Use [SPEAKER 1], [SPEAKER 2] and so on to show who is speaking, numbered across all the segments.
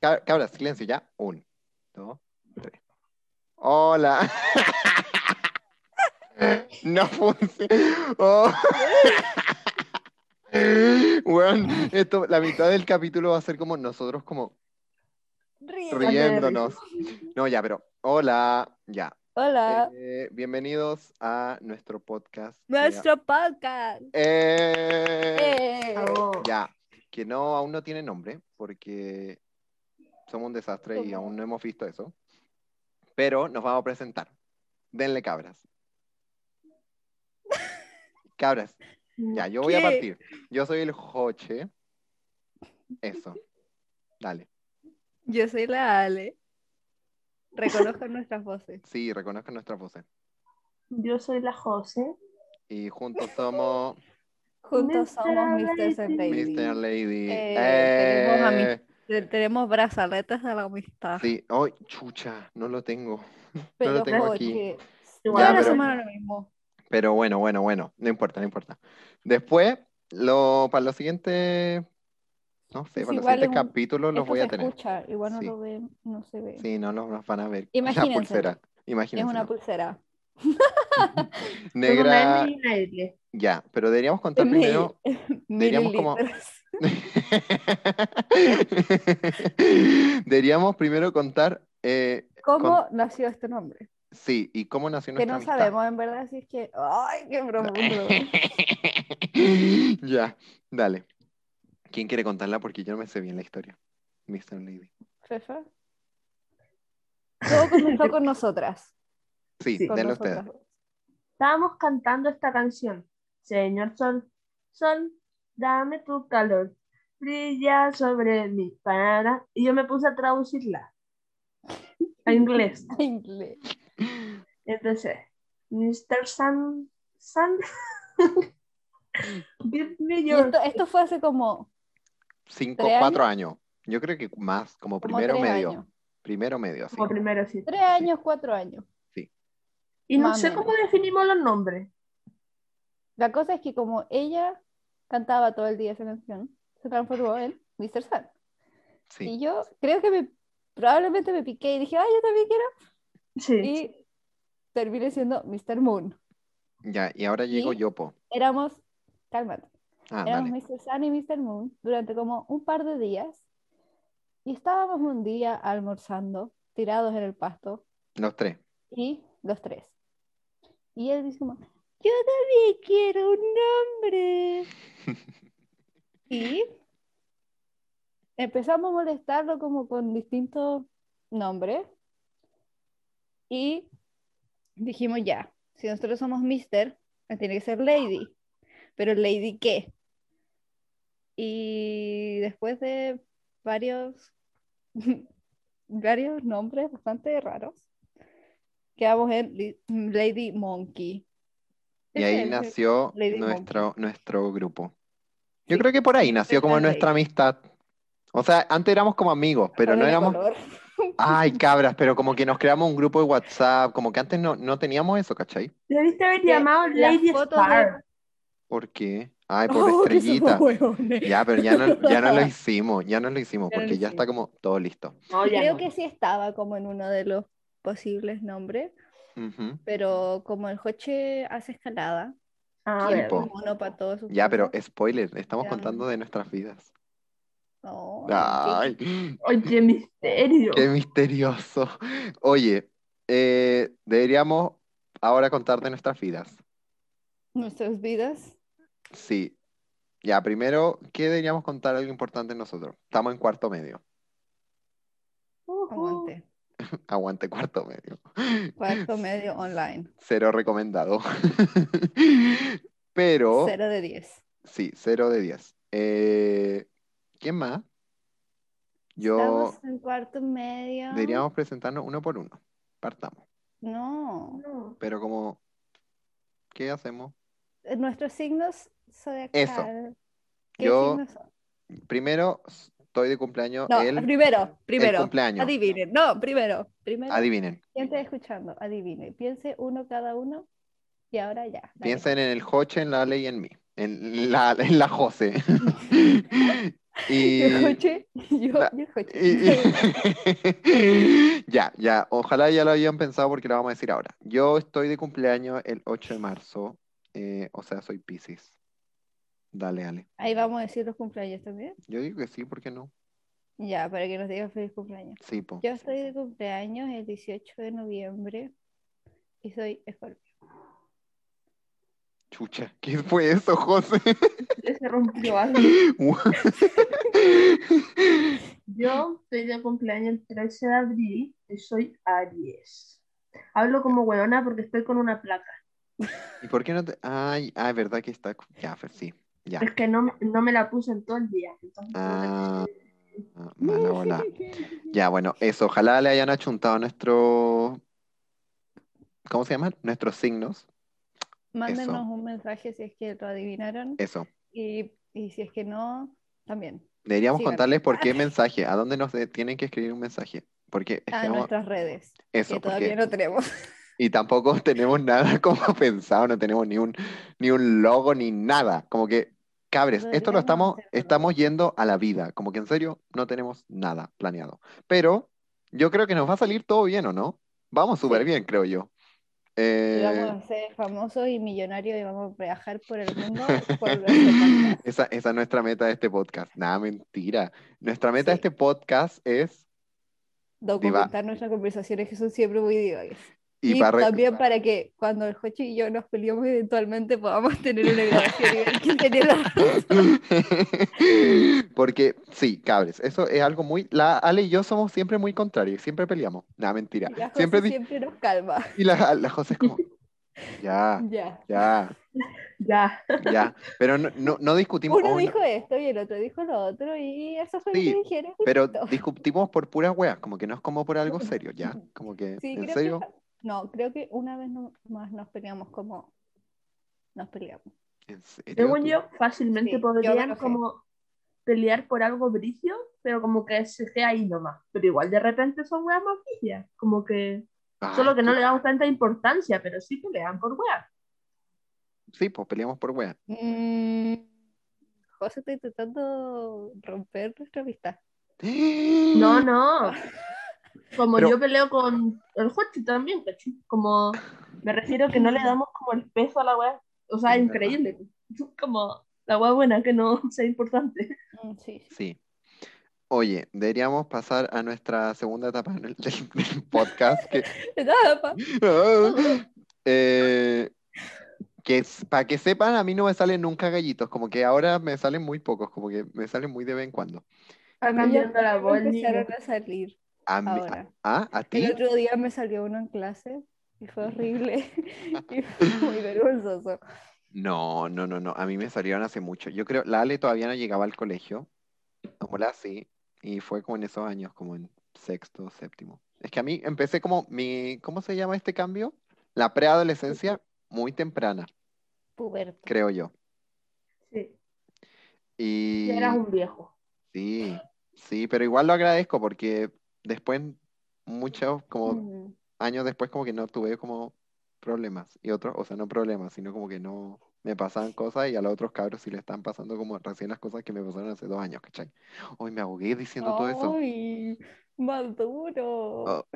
[SPEAKER 1] Cab- Cabra, silencio ya. Un, dos, tres. Hola. No funciona. Oh. Bueno, esto, la mitad del capítulo va a ser como nosotros como
[SPEAKER 2] Ríe.
[SPEAKER 1] riéndonos. No, ya, pero hola, ya.
[SPEAKER 2] Hola.
[SPEAKER 1] Eh, bienvenidos a nuestro podcast.
[SPEAKER 2] Nuestro podcast.
[SPEAKER 1] Eh,
[SPEAKER 2] Eh.
[SPEAKER 1] Ya, que no, aún no tiene nombre, porque somos un desastre y aún no hemos visto eso. Pero nos vamos a presentar. Denle cabras. Cabras. Ya, yo voy a
[SPEAKER 2] ¿Qué?
[SPEAKER 1] partir. Yo soy el Joche. Eso. Dale.
[SPEAKER 2] Yo soy la Ale. Reconozcan nuestras voces.
[SPEAKER 1] Sí, reconozcan nuestras voces.
[SPEAKER 3] Yo soy la José.
[SPEAKER 1] Y juntos somos
[SPEAKER 2] Juntos
[SPEAKER 3] Mr.
[SPEAKER 2] somos Mr.
[SPEAKER 3] Lady.
[SPEAKER 2] Lady.
[SPEAKER 1] Mr. Lady.
[SPEAKER 2] Eh,
[SPEAKER 1] Eh,
[SPEAKER 2] tenemos a mi- Te- Tenemos brazaletes de la amistad.
[SPEAKER 1] Sí, hoy, chucha, no lo tengo.
[SPEAKER 2] pero
[SPEAKER 1] lo tengo aquí.
[SPEAKER 2] porque Todas
[SPEAKER 1] Ya,
[SPEAKER 2] las
[SPEAKER 1] pero-
[SPEAKER 2] semanas lo mismo.
[SPEAKER 1] Pero bueno, bueno, bueno, no importa, no importa. Después, lo, para los siguientes, no sé,
[SPEAKER 2] Pues
[SPEAKER 1] para los
[SPEAKER 2] igual
[SPEAKER 1] siguientes
[SPEAKER 2] es un-
[SPEAKER 1] capítulos los
[SPEAKER 2] Esto
[SPEAKER 1] voy
[SPEAKER 2] se
[SPEAKER 1] a tener.
[SPEAKER 2] escucha, igual no
[SPEAKER 1] Sí.
[SPEAKER 2] lo ven, no se ve.
[SPEAKER 1] Sí, no los van a ver. La
[SPEAKER 2] Imagínenselo.
[SPEAKER 1] pulsera,
[SPEAKER 2] es
[SPEAKER 1] imagínense.
[SPEAKER 2] una pulsera.
[SPEAKER 1] Negra,
[SPEAKER 3] y una L.
[SPEAKER 1] ya, pero deberíamos contar
[SPEAKER 2] Mil-
[SPEAKER 1] primero. diríamos como- eh,
[SPEAKER 2] mililitros.
[SPEAKER 1] deberíamos primero contar, eh,
[SPEAKER 2] ¿Cómo nació este nombre?
[SPEAKER 1] sí, y cómo nació
[SPEAKER 2] Que
[SPEAKER 1] nuestra
[SPEAKER 2] no
[SPEAKER 1] amistad.
[SPEAKER 2] sabemos en verdad si es que. ¡Ay, qué profundo!
[SPEAKER 1] ya, dale. ¿Quién quiere contarla? Porque yo no me sé bien la historia. Mr. Lady.
[SPEAKER 2] Fefa. Todo comenzó con nosotras.
[SPEAKER 1] Sí,
[SPEAKER 3] Sí.
[SPEAKER 2] Con
[SPEAKER 1] denle ustedes.
[SPEAKER 2] nosotras.
[SPEAKER 3] Estábamos cantando esta canción. Señor Sol, Sol, dame tu calor. Brilla sobre mí. Para. Y yo me puse a traducirla a inglés.
[SPEAKER 2] Inglés.
[SPEAKER 3] Entonces, Mr. Sun, Sun, give me
[SPEAKER 2] Y
[SPEAKER 3] your.
[SPEAKER 2] esto, esto fue hace como,
[SPEAKER 1] cinco,
[SPEAKER 2] ¿Tres
[SPEAKER 1] cuatro años. Yo creo que más, como,
[SPEAKER 2] como
[SPEAKER 1] primero
[SPEAKER 2] tres
[SPEAKER 1] medio.
[SPEAKER 2] años.
[SPEAKER 1] Primero medio, así.
[SPEAKER 3] Como primero, sí.
[SPEAKER 2] Tres años, cuatro años.
[SPEAKER 3] Y no
[SPEAKER 2] Más o
[SPEAKER 3] sé
[SPEAKER 2] menos.
[SPEAKER 3] cómo definimos los nombres.
[SPEAKER 2] La cosa es que como ella cantaba todo el día esa canción, se transformó en Mr. Sun.
[SPEAKER 1] Sí.
[SPEAKER 2] Y yo creo que me, probablemente me piqué y dije, ay, yo también quiero.
[SPEAKER 3] Sí.
[SPEAKER 2] Y terminé siendo Mr. Moon.
[SPEAKER 1] Ya, y ahora llego
[SPEAKER 2] Y-
[SPEAKER 1] yo, po.
[SPEAKER 2] Éramos, cálmate,
[SPEAKER 1] Ah,
[SPEAKER 2] éramos
[SPEAKER 1] dale.
[SPEAKER 2] Mr. Sun y Mr. Moon durante como un par de días. Y estábamos un día almorzando, tirados en el pasto,
[SPEAKER 1] Los tres.
[SPEAKER 2] y los tres. Y él dice como, yo también quiero un nombre. y empezamos a molestarlo como con distintos nombres. Y dijimos ya, si nosotros somos Mister, tiene que ser Lady. Pero Lady qué? Y después de varios, varios nombres bastante raros, quedamos en Li- Lady Monkey.
[SPEAKER 1] Y
[SPEAKER 2] Ese
[SPEAKER 1] ahí
[SPEAKER 2] es-
[SPEAKER 1] nació
[SPEAKER 2] Lady
[SPEAKER 1] nuestro, nuestro grupo. Yo
[SPEAKER 2] Sí.
[SPEAKER 1] creo que por ahí nació como
[SPEAKER 2] Mr. Lady.
[SPEAKER 1] nuestra amistad. O sea, antes éramos como amigos, pero
[SPEAKER 2] Solo
[SPEAKER 1] no
[SPEAKER 2] era
[SPEAKER 1] éramos.
[SPEAKER 2] color.
[SPEAKER 1] Ay, cabras, pero como que nos creamos un grupo de WhatsApp, como que antes no, no teníamos eso, ¿cachai?
[SPEAKER 3] Debiste haber
[SPEAKER 2] Que
[SPEAKER 3] llamado
[SPEAKER 2] las
[SPEAKER 3] Lady
[SPEAKER 2] fotos
[SPEAKER 3] Star.
[SPEAKER 1] ¿Por qué? Ay, por
[SPEAKER 2] Oh, que somos
[SPEAKER 1] estrellita.
[SPEAKER 2] hueones.
[SPEAKER 1] Ya, pero ya no, ya no lo hicimos, ya no lo hicimos,
[SPEAKER 2] Ya no lo
[SPEAKER 1] porque ya está como todo listo.
[SPEAKER 3] No, ya
[SPEAKER 2] Creo
[SPEAKER 3] no.
[SPEAKER 2] que sí estaba como en uno de los posibles nombres,
[SPEAKER 1] Ujú.
[SPEAKER 2] pero como el Joche hace escalada,
[SPEAKER 3] A
[SPEAKER 2] tiene
[SPEAKER 3] ver.
[SPEAKER 1] po.
[SPEAKER 2] un mono para todos sus
[SPEAKER 1] Ya, pero
[SPEAKER 2] cosas.
[SPEAKER 1] spoiler, estamos
[SPEAKER 2] Ya.
[SPEAKER 1] contando de nuestras vidas.
[SPEAKER 2] No,
[SPEAKER 1] Ay,
[SPEAKER 3] Oye, misterio.
[SPEAKER 1] qué misterioso. Oye, eh, deberíamos ahora contar de nuestras vidas.
[SPEAKER 2] nuestras vidas.
[SPEAKER 1] Sí. Ya, primero, ¿qué deberíamos contar algo importante nosotros? Estamos en cuarto medio.
[SPEAKER 3] Oh.
[SPEAKER 2] Aguante.
[SPEAKER 1] Aguante cuarto medio.
[SPEAKER 2] Cuarto medio online.
[SPEAKER 1] Cero recomendado. Pero,
[SPEAKER 2] Cero de diez.
[SPEAKER 1] sí, cero de 10. Eh, ¿quién más? Yo
[SPEAKER 2] Estamos en cuarto medio.
[SPEAKER 1] deberíamos presentarnos uno por uno. Partamos.
[SPEAKER 2] No.
[SPEAKER 3] No.
[SPEAKER 1] Pero como, ¿qué hacemos?
[SPEAKER 2] Eh, Nuestros signos zodiacales. ¿Qué
[SPEAKER 1] Yo-
[SPEAKER 2] signos son?
[SPEAKER 1] Primero, estoy de cumpleaños
[SPEAKER 2] No,
[SPEAKER 1] el, el
[SPEAKER 2] primero, primero.
[SPEAKER 1] cumpleaños.
[SPEAKER 2] Adivinen. No, primero. Primero.
[SPEAKER 1] Adivinen.
[SPEAKER 2] ¿Quién está escuchando? Adivine. Piense uno cada uno. Y ahora ya. dale.
[SPEAKER 1] Piensen en el Joche, en la Ale y en mí. En la, en la Jose. Y,
[SPEAKER 2] Yo escuché, yo,
[SPEAKER 1] la-
[SPEAKER 2] yo escuché.
[SPEAKER 1] y- y- ya, ya. Ojalá ya lo habían pensado porque lo vamos a decir ahora. Yo estoy de cumpleaños el 8 de marzo. eh, o sea, soy Pisces. Dale, Ale.
[SPEAKER 2] Ahí vamos a decir los cumpleaños también.
[SPEAKER 1] Yo digo que sí, ¿por qué no?
[SPEAKER 2] Ya, para que nos digas feliz cumpleaños.
[SPEAKER 1] Sí, po.
[SPEAKER 2] Yo estoy de cumpleaños el 18 de noviembre y soy escorpio.
[SPEAKER 1] Chucha, ¿qué fue eso, José?
[SPEAKER 3] Se rompió algo. Yo estoy de cumpleaños el 13 de abril y soy Aries. Hablo como huevona porque estoy con una placa.
[SPEAKER 1] ¿Y por qué no te.? Ay, ah, es verdad que está. Ya, Fer, sí. Ya.
[SPEAKER 3] Es que no, me- no me la puse en todo el día. Entonces,
[SPEAKER 1] Ah, ah, mala bola. Ya, bueno, eso. Ojalá le hayan achuntado nuestro. ¿Cómo se llaman? Nuestros signos.
[SPEAKER 2] Mándenos
[SPEAKER 1] Eso. Eh.
[SPEAKER 2] un mensaje si es que lo adivinaron
[SPEAKER 1] Eso.
[SPEAKER 2] y, y si es que no, también.
[SPEAKER 1] Deberíamos
[SPEAKER 2] Síganos.
[SPEAKER 1] contarles por qué mensaje, a dónde nos de- tienen que escribir un mensaje. Porque es que
[SPEAKER 2] A
[SPEAKER 1] vamos-
[SPEAKER 2] nuestras redes,
[SPEAKER 1] eso,
[SPEAKER 2] que
[SPEAKER 1] porque-
[SPEAKER 2] todavía no tenemos.
[SPEAKER 1] y tampoco tenemos nada como pensado, no tenemos ni un, ni un logo ni nada. Como que, cabres, esto lo
[SPEAKER 2] Deberíamos
[SPEAKER 1] estamos,
[SPEAKER 2] hacerlo.
[SPEAKER 1] estamos yendo a la vida. Como que en serio, no tenemos nada planeado. Pero yo creo que nos va a salir todo bien, ¿o no? Vamos súper
[SPEAKER 2] Sí.
[SPEAKER 1] bien, creo yo.
[SPEAKER 2] Y
[SPEAKER 1] Eh,
[SPEAKER 2] vamos a ser famosos y millonarios y vamos a viajar por el mundo por nuestro podcast.
[SPEAKER 1] Esa, esa es nuestra meta de este podcast. Nada, mentira. Nuestra meta de
[SPEAKER 2] Sí.
[SPEAKER 1] este podcast es.
[SPEAKER 2] documentar nuestras conversaciones que son siempre muy divagas.
[SPEAKER 1] Y,
[SPEAKER 2] Y,
[SPEAKER 1] para re-
[SPEAKER 2] también para que cuando el Jochi y yo nos peleemos eventualmente podamos tener una grabación y ver quién tenía la razón.
[SPEAKER 1] Porque, sí, cabres, eso es algo muy. La Ale y yo somos siempre muy contrarios, siempre peleamos. Nada, mentira.
[SPEAKER 2] Y la José
[SPEAKER 1] Siempre
[SPEAKER 2] siempre,
[SPEAKER 1] di-
[SPEAKER 2] nos calma.
[SPEAKER 1] Y la, la José es como. Ya,
[SPEAKER 2] Ya.
[SPEAKER 1] ya,
[SPEAKER 3] Ya.
[SPEAKER 1] ya. Pero no, no, no discutimos.
[SPEAKER 2] Uno
[SPEAKER 1] oh, no,
[SPEAKER 2] dijo esto y el otro dijo lo otro y eso fue
[SPEAKER 1] Sí,
[SPEAKER 2] lo que dijeron. y
[SPEAKER 1] pero
[SPEAKER 2] listo.
[SPEAKER 1] discutimos por puras weas, como que no es como por algo serio, ya. Como que,
[SPEAKER 2] Sí,
[SPEAKER 1] en
[SPEAKER 2] creo
[SPEAKER 1] serio.
[SPEAKER 2] que... No, creo que una vez no- más nos peleamos como... Nos peleamos.
[SPEAKER 1] ¿en serio
[SPEAKER 3] Según
[SPEAKER 1] tú?
[SPEAKER 3] yo, fácilmente
[SPEAKER 2] Sí, yo me
[SPEAKER 3] podrían
[SPEAKER 2] enojé.
[SPEAKER 3] como pelear por algo brillo, pero como que se quede ahí nomás. Pero igual de repente son weas más brillas. Como que.
[SPEAKER 1] Ay,
[SPEAKER 3] Solo que no
[SPEAKER 1] qué-
[SPEAKER 3] le damos tanta importancia, pero sí pelean por weas.
[SPEAKER 1] Sí, pues peleamos por weas.
[SPEAKER 2] Mm, José está intentando romper nuestra amistad.
[SPEAKER 3] No, no. Como
[SPEAKER 1] Pero-
[SPEAKER 3] yo peleo con el Jochi también, ¿cachai? Como me refiero que no le damos como el peso a la wea. O sea,
[SPEAKER 1] Es verdad.
[SPEAKER 3] increíble. Como la wea buena, que no sea importante.
[SPEAKER 2] Mm, sí, sí.
[SPEAKER 1] Sí. Oye, deberíamos pasar a nuestra segunda etapa del, del- del podcast, que,
[SPEAKER 2] Nada, pa.
[SPEAKER 1] Eh, que para que sepan, a mí no me salen nunca gallitos, como que ahora me salen muy pocos, como que me salen muy de vez en cuando.
[SPEAKER 3] Está cambiando la voz.
[SPEAKER 2] Empezaron a salir.
[SPEAKER 1] A, mí-
[SPEAKER 2] Ahora.
[SPEAKER 1] a, a ti,
[SPEAKER 2] El otro día me salió uno en clase y fue horrible y fue muy vergonzoso.
[SPEAKER 1] no, no, no, no, a mí me salieron hace mucho. Yo creo, la Ale todavía no llegaba al colegio, como la sí, y fue como en esos años, como en sexto, séptimo. Es que a mí empecé como mi, ¿cómo se llama este cambio? La preadolescencia muy temprana,
[SPEAKER 2] Puberto.
[SPEAKER 1] creo yo.
[SPEAKER 3] Sí,
[SPEAKER 1] Y
[SPEAKER 3] ya eras un viejo.
[SPEAKER 1] sí, sí, pero igual lo agradezco porque después, muchos como
[SPEAKER 2] Mm.
[SPEAKER 1] años después, como que no tuve como problemas y otros, o sea, no problemas, sino como que no me pasaban cosas y a los otros cabros sí le están pasando como recién las cosas que me pasaron hace dos años, ¿cachai? Hoy me ahogué diciendo todo eso.
[SPEAKER 2] ¡Ay! ¡Maduro!
[SPEAKER 1] Oh,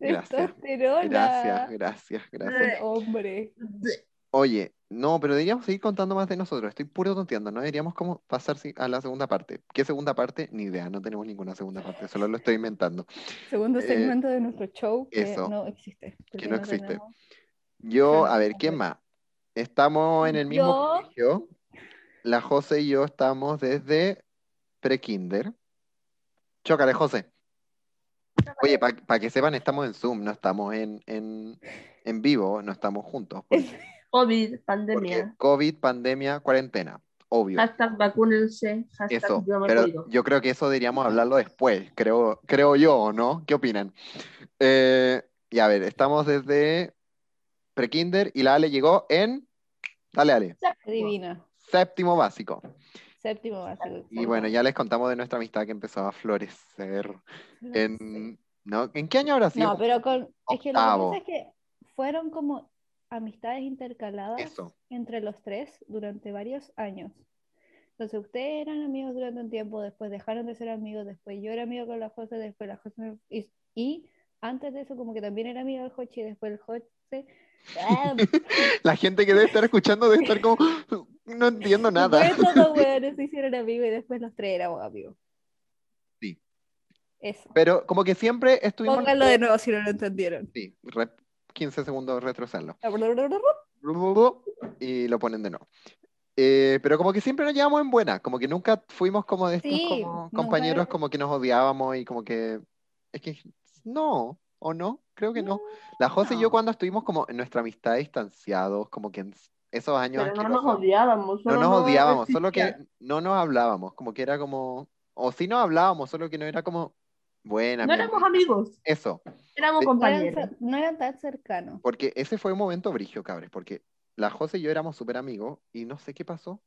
[SPEAKER 1] gracias,
[SPEAKER 2] Testosterona.
[SPEAKER 1] Gracias, gracias, gracias.
[SPEAKER 2] Hombre.
[SPEAKER 1] Oye, no, pero deberíamos seguir contando más de nosotros. Estoy puro tonteando, ¿no? Deberíamos como pasar si- a la segunda parte. ¿Qué segunda parte? Ni idea, no tenemos ninguna segunda parte, solo lo estoy inventando.
[SPEAKER 2] Segundo
[SPEAKER 1] Eh,
[SPEAKER 2] segmento de nuestro show que
[SPEAKER 1] eso.
[SPEAKER 2] no existe. porque
[SPEAKER 1] no existe.
[SPEAKER 2] tenemos-
[SPEAKER 1] Yo, a
[SPEAKER 2] Claro,
[SPEAKER 1] ver, ¿quién más? Estamos en el mismo
[SPEAKER 2] Yo.
[SPEAKER 1] colegio. La José y yo estamos desde prekinder. Chócale, José. Oye, para que sepan, estamos en Zoom, no estamos en, en, en vivo, no estamos juntos. Porque,
[SPEAKER 3] COVID,
[SPEAKER 1] porque
[SPEAKER 3] pandemia.
[SPEAKER 1] COVID, pandemia, cuarentena, obvio.
[SPEAKER 3] Hashtag vacúnense. Hashtag
[SPEAKER 1] Eso,
[SPEAKER 3] yo me
[SPEAKER 1] pero
[SPEAKER 3] cuido.
[SPEAKER 1] yo creo que eso deberíamos hablarlo después, creo, creo yo, ¿no? ¿Qué opinan? Eh, y a ver, estamos desde prekinder y la Ale llegó en, dale Ale,
[SPEAKER 2] Adivina.
[SPEAKER 1] séptimo básico.
[SPEAKER 2] Séptimo básico.
[SPEAKER 1] Y bueno, ya les contamos de nuestra amistad que empezó a florecer en, ¿no? ¿En qué año habrá sido?
[SPEAKER 2] No, pero con. Es que lo que
[SPEAKER 1] Octavo.
[SPEAKER 2] pasa es que fueron como amistades intercaladas.
[SPEAKER 1] Eso,
[SPEAKER 2] entre los tres durante varios años. Entonces ustedes eran amigos durante un tiempo, después dejaron de ser amigos, después yo era amigo con la Jose, después la Jose me- y, y antes de eso como que también era amigo del Hochi y después el Hochi... ¡Ah!
[SPEAKER 1] La gente que debe estar escuchando debe estar como, no entiendo nada.
[SPEAKER 2] Después todos los weones se hicieron amigos y después los tres éramos amigos.
[SPEAKER 1] Sí.
[SPEAKER 2] Eso.
[SPEAKER 1] Pero como que siempre estuvimos...
[SPEAKER 2] Pónganlo de nuevo si no lo entendieron.
[SPEAKER 1] Sí, rep- 15 segundos retrocederlo.
[SPEAKER 2] Pero
[SPEAKER 1] Y lo ponen de nuevo. Eh, pero como que siempre nos llevamos en buena, como que nunca fuimos como de estos
[SPEAKER 2] Sí,
[SPEAKER 1] como
[SPEAKER 2] nunca-
[SPEAKER 1] compañeros como que nos odiábamos y como que... Es que no, ¿o no? Creo que no. La José y yo
[SPEAKER 2] No.
[SPEAKER 1] cuando estuvimos como en nuestra amistad distanciados, como que en esos años...
[SPEAKER 3] Pero no nos
[SPEAKER 1] asquerosos,
[SPEAKER 3] odiábamos.
[SPEAKER 1] no
[SPEAKER 3] solo
[SPEAKER 1] nos odiábamos, solo que
[SPEAKER 3] existía.
[SPEAKER 1] no nos hablábamos, como que era como... O sí nos hablábamos, solo que no era como... Buena,
[SPEAKER 3] No
[SPEAKER 1] mierda".
[SPEAKER 3] éramos amigos,
[SPEAKER 1] Eso.
[SPEAKER 3] éramos
[SPEAKER 1] Sí.
[SPEAKER 2] No eran,
[SPEAKER 3] compañeros.
[SPEAKER 2] cer- no eran tan cercanos.
[SPEAKER 1] Porque ese fue un momento brigio, cabres, porque la José y yo éramos súper amigos y no sé qué pasó,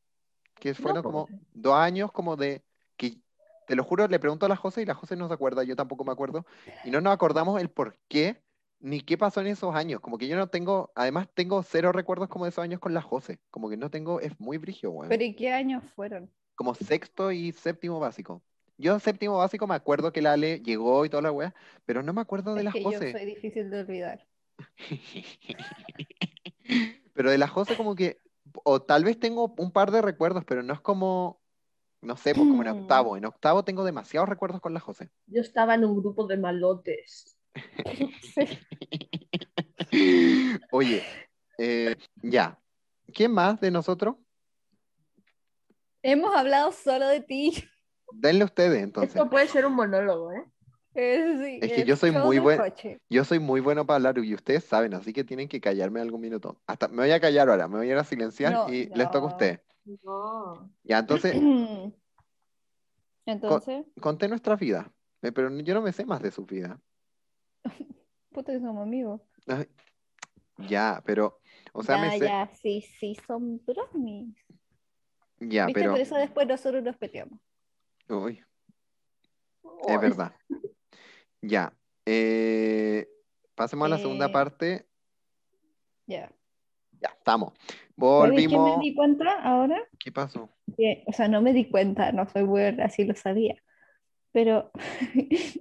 [SPEAKER 1] que fueron
[SPEAKER 2] pues,
[SPEAKER 3] po.
[SPEAKER 1] como dos años como de que, te lo juro, le pregunto a la José y la José no se acuerda, yo tampoco me acuerdo, y no nos acordamos el por qué ni qué pasó en esos años, como que yo no tengo, además tengo cero recuerdos como de esos años con la José, como que no tengo, es muy brigio, weón.
[SPEAKER 2] Pero ¿y qué años fueron?
[SPEAKER 1] Como sexto y séptimo básico. Yo en séptimo básico me acuerdo que la Ale llegó y toda la weá, pero no me acuerdo de
[SPEAKER 2] Es
[SPEAKER 1] las
[SPEAKER 2] que
[SPEAKER 1] José.
[SPEAKER 2] yo soy difícil de olvidar.
[SPEAKER 1] Pero de la José como que, o tal vez tengo un par de recuerdos, pero no es como, no sé, pues como
[SPEAKER 2] Mm.
[SPEAKER 1] en octavo. En octavo tengo demasiados recuerdos con la José.
[SPEAKER 3] Yo estaba en un grupo de malotes.
[SPEAKER 1] Oye, eh, ya. ¿Quién más de nosotros?
[SPEAKER 2] Hemos hablado solo de ti.
[SPEAKER 1] Denle ustedes entonces.
[SPEAKER 3] Esto puede ser un monólogo, ¿eh?
[SPEAKER 2] Es, sí,
[SPEAKER 1] Es que
[SPEAKER 2] el
[SPEAKER 1] yo soy
[SPEAKER 2] show
[SPEAKER 1] muy
[SPEAKER 2] del
[SPEAKER 1] buen-
[SPEAKER 2] coche.
[SPEAKER 1] Yo soy muy bueno para hablar y ustedes saben, así que tienen que callarme algún minuto. Hasta me voy a callar ahora, me voy a ir a silenciar
[SPEAKER 2] No,
[SPEAKER 1] y les toca a
[SPEAKER 2] no.
[SPEAKER 1] ustedes.
[SPEAKER 3] No.
[SPEAKER 1] Ya, entonces,
[SPEAKER 2] Entonces,
[SPEAKER 1] conté nuestra vida, eh, pero yo no me sé más de su vida.
[SPEAKER 2] puta que somos amigos.
[SPEAKER 1] Ya, pero, o sea,
[SPEAKER 2] ya,
[SPEAKER 1] me sé,
[SPEAKER 2] ya, sí, sí, son bromis.
[SPEAKER 1] ya, Ah,
[SPEAKER 2] ¿Viste?
[SPEAKER 1] pero,
[SPEAKER 2] Por eso después nosotros nos peleamos.
[SPEAKER 1] uy, es verdad. Ya, eh, pasemos a la segunda
[SPEAKER 2] Eh,
[SPEAKER 1] parte.
[SPEAKER 2] Ya.
[SPEAKER 1] Ya, estamos.
[SPEAKER 2] ¿Sabes qué
[SPEAKER 1] Volvimos.
[SPEAKER 2] me di cuenta ahora?
[SPEAKER 1] ¿Qué pasó?
[SPEAKER 2] que- o sea, no me di cuenta, no soy buena, así lo sabía. Pero